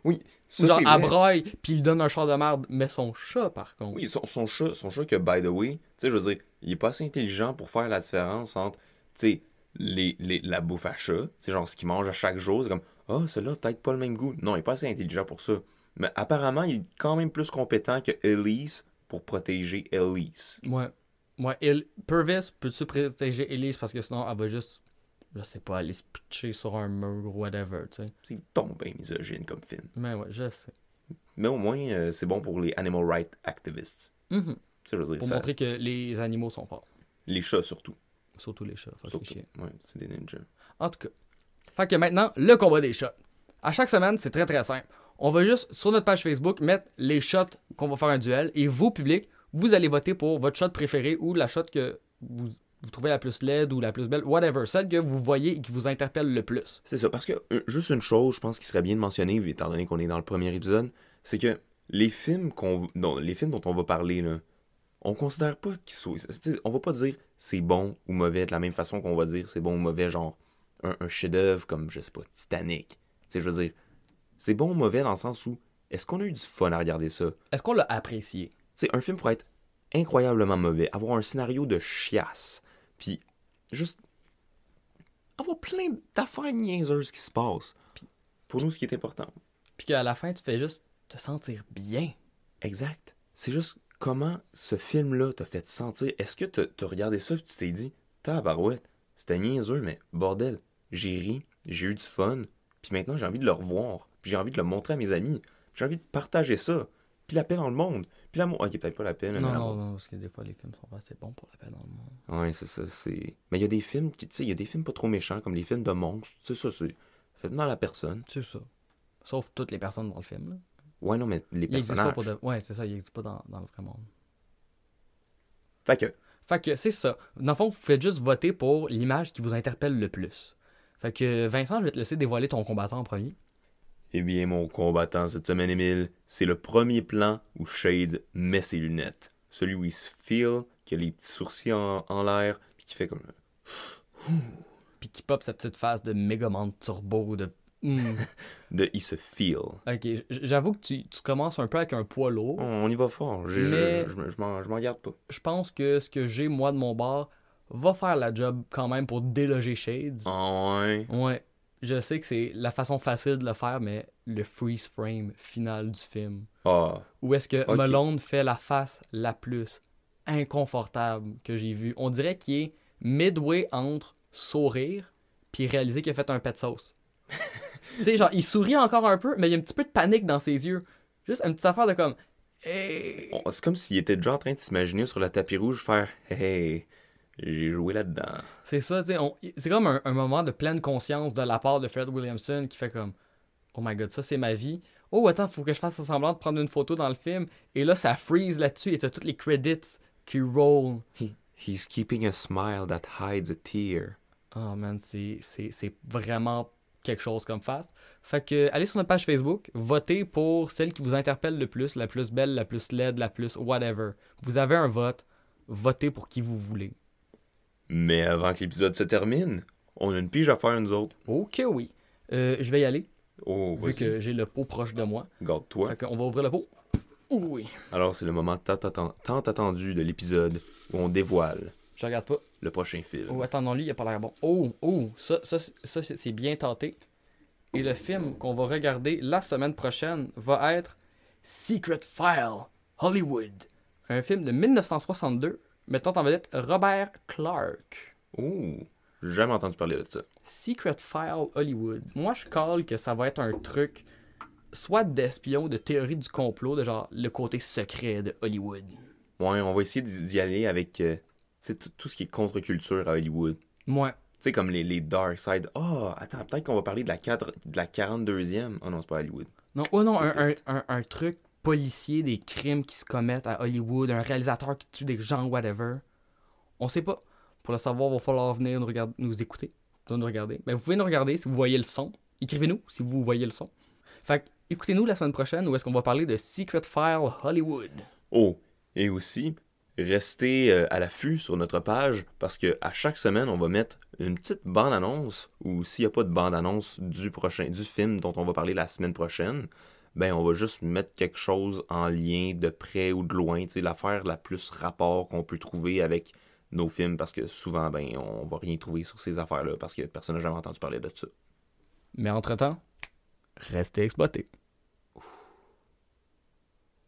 Speaker 4: Oui,
Speaker 3: Ou
Speaker 4: ça,
Speaker 3: genre,
Speaker 4: c'est
Speaker 3: à
Speaker 4: vrai.
Speaker 3: broille, puis il lui donne un char de merde. Mais son chat, par contre.
Speaker 4: Oui, son, son chat, son chat que, by the way, tu sais, je veux dire, il est pas assez intelligent pour faire la différence entre, tu sais, les, les- la bouffe à chat, tu sais, genre ce qu'il mange à chaque jour, c'est comme, ah, oh, celle-là, a peut-être pas le même goût. Non, il est pas assez intelligent pour ça. Mais apparemment, il est quand même plus compétent que Elise pour protéger Elise.
Speaker 3: Ouais. Ouais, il... Purvis, peux-tu protéger Elise parce que sinon, elle va juste, je sais pas, aller se pitcher sur un mur ou whatever, tu sais.
Speaker 4: C'est donc bien misogyne comme film.
Speaker 3: Mais ouais, je sais.
Speaker 4: Mais au moins, euh, c'est bon pour les animal rights activists.
Speaker 3: Mhm.
Speaker 4: Tu sais, je veux dire,
Speaker 3: Pour
Speaker 4: ça-
Speaker 3: montrer que les animaux sont forts.
Speaker 4: les chats surtout.
Speaker 3: Surtout les chats. fuck les
Speaker 4: Surtout.
Speaker 3: chiens.
Speaker 4: Ouais, c'est des ninjas.
Speaker 3: En tout cas. Fait que maintenant, le combat des shots. À chaque semaine, c'est très très simple. On va juste, sur notre page Facebook, mettre les shots qu'on va faire un duel. Et vous, public, vous allez voter pour votre shot préféré ou la shot que vous, vous trouvez la plus laide ou la plus belle, whatever. Celle que vous voyez et qui vous interpelle le plus.
Speaker 4: C'est ça, parce que euh, juste une chose, je pense qu'il serait bien de mentionner, vu- étant donné qu'on est dans le premier épisode, c'est que les films qu'on, dont, les films dont on va parler là, on considère pas qu'ils soient, c'est- on va pas dire c'est bon ou mauvais de la même façon qu'on va dire c'est bon ou mauvais genre un, un chef-d'œuvre comme je sais pas Titanic. Tu sais, je veux dire, c'est bon ou mauvais dans le sens où est-ce qu'on a eu du fun à regarder ça
Speaker 3: Est-ce qu'on l'a apprécié?
Speaker 4: tu sais, un film pourrait être incroyablement mauvais, avoir un scénario de chiasse, puis juste avoir plein d'affaires niaiseuses qui se passent. Pour nous, ce qui est important.
Speaker 3: Puis qu'à la fin, tu fais juste te sentir bien.
Speaker 4: Exact. C'est juste comment ce film-là t'a fait te sentir. Est-ce que t'as t'as regardé ça et tu t'es dit, tabarouette, c'était niaiseux, mais bordel, j'ai ri, j'ai eu du fun, puis maintenant j'ai envie de le revoir, puis j'ai envie de le montrer à mes amis, puis j'ai envie de partager ça, puis la paix dans le monde, puis l'amour. Ah, Ok, peut-être pas la paix, mais
Speaker 3: Non,
Speaker 4: l'amour.
Speaker 3: non, non, parce que des fois, les films sont pas assez bons pour la paix dans le monde.
Speaker 4: Ouais, c'est ça, c'est... Mais il y a des films qui, tu sais, il y a des films pas trop méchants, comme les films de monstres, tu sais, ça, c'est... ça fait mal à la personne.
Speaker 3: C'est ça. Sauf toutes les personnes dans le film. là.
Speaker 4: Ouais, non, mais les
Speaker 3: Ils existent pas
Speaker 4: personnages...
Speaker 3: pour de... Ouais, c'est ça, ils existent pas dans, dans le vrai monde.
Speaker 4: Fait que,
Speaker 3: Fait que c'est ça. Dans le fond, vous faites juste voter pour l'image qui vous interpelle le plus. Fait que Vincent, je vais te laisser dévoiler ton combattant en premier.
Speaker 4: eh bien, mon combattant cette semaine, Émile, c'est le premier plan où Shades met ses lunettes. Celui où il se file, qui a les petits sourcils en, en l'air, puis qui fait comme...
Speaker 3: Puis qui pop sa petite face de Megaman Turbo de. Hmm.
Speaker 4: De « il se feel
Speaker 3: ok, j- j'avoue que tu, tu commences un peu avec un poids lourd.
Speaker 4: On y va fort, j'ai- je-
Speaker 3: Mais-
Speaker 4: je, me- je m'en je m'en garde pas.
Speaker 3: Je pense que ce que j'ai, moi, de mon bord, va faire la job quand même pour déloger Shades.
Speaker 4: Ah ouais.
Speaker 3: Ouais. Je sais que c'est la façon facile de le faire, mais le freeze frame final du film.
Speaker 4: Ah,
Speaker 3: Où est-ce que
Speaker 4: Ok.
Speaker 3: Malone fait la face la plus inconfortable que j'ai vue? On dirait qu'il est midway entre sourire puis réaliser qu'il a fait un pet sauce. tu sais, genre, il sourit encore un peu, mais il y a un petit peu de panique dans ses yeux. Juste une petite affaire de comme. Hey.
Speaker 4: On- c'est comme s'il était déjà en train de s'imaginer sur le tapis rouge faire « Hey, j'ai joué là-dedans ».
Speaker 3: C'est ça, tu sais. on- C'est comme un, un moment de pleine conscience de la part de Fred Williamson qui fait comme Oh my god, ça c'est ma vie. Oh attends, faut que je fasse semblant de prendre une photo dans le film. Et là, ça freeze là-dessus et t'as tous les credits qui roll.
Speaker 4: He- he's keeping a smile that hides a tear.
Speaker 3: Oh man, c'est c'est- c'est vraiment quelque chose comme face. Fait que, allez sur notre page Facebook, votez pour celle qui vous interpelle le plus, la plus belle, la plus laide, la plus whatever. Vous avez un vote, votez pour qui vous voulez.
Speaker 4: Mais avant que l'épisode se termine, on a une pige à faire, nous autres.
Speaker 3: Ok, oui. Euh, je vais y aller,
Speaker 4: Oh,
Speaker 3: vu
Speaker 4: vas-y,
Speaker 3: que j'ai le pot proche de moi.
Speaker 4: garde-toi.
Speaker 3: Fait qu'on va ouvrir le pot. Oui.
Speaker 4: Alors, c'est le moment tant, atten- tant attendu de l'épisode où on dévoile
Speaker 3: Je regarde pas.
Speaker 4: le prochain film.
Speaker 3: Oh, attends, non, lui, il a pas l'air bon. Oh, oh, ça, ça, c'est- ça, c'est c'est bien tenté. Et le film qu'on va regarder la semaine prochaine va être Secret File Hollywood. un film de 1962 mettant en vedette Robert Clark.
Speaker 4: Oh, j'ai jamais entendu parler de ça.
Speaker 3: Secret File Hollywood. Moi, je colle que ça va être un truc soit d'espion, de théorie du complot, de genre le côté secret de Hollywood.
Speaker 4: Ouais, on va essayer d'y d'y aller avec euh, tu sais, tout tout ce qui est contre-culture à Hollywood.
Speaker 3: Moi,
Speaker 4: Tu sais, comme les, les dark side. Ah, attends, peut-être qu'on va parler de la, quatre- de la 42e. Oh non, c'est pas Hollywood.
Speaker 3: Non, oh non,
Speaker 4: C'est
Speaker 3: un, un,
Speaker 4: triste.
Speaker 3: un- un truc policier, des crimes qui se commettent à Hollywood, un réalisateur qui tue des gens, whatever. On sait pas. Pour le savoir, il va falloir venir nous, regarder, nous écouter, de nous regarder. Mais vous pouvez nous regarder si vous voyez le son. Écrivez-nous si vous voyez le son. Fait que, écoutez-nous la semaine prochaine où est-ce qu'on va parler de Secret File Hollywood.
Speaker 4: Oh, et aussi, restez euh, à l'affût sur notre page parce que à chaque semaine, on va mettre une petite bande-annonce ou s'il n'y a pas de bande-annonce du prochain du film dont on va parler la semaine prochaine, ben on va juste mettre quelque chose en lien de près ou de loin, tu sais, l'affaire la plus rapport qu'on peut trouver avec nos films parce que souvent ben on va rien trouver sur ces affaires-là parce que personne n'a jamais entendu parler de ça.
Speaker 3: Mais entre-temps, restez exploités.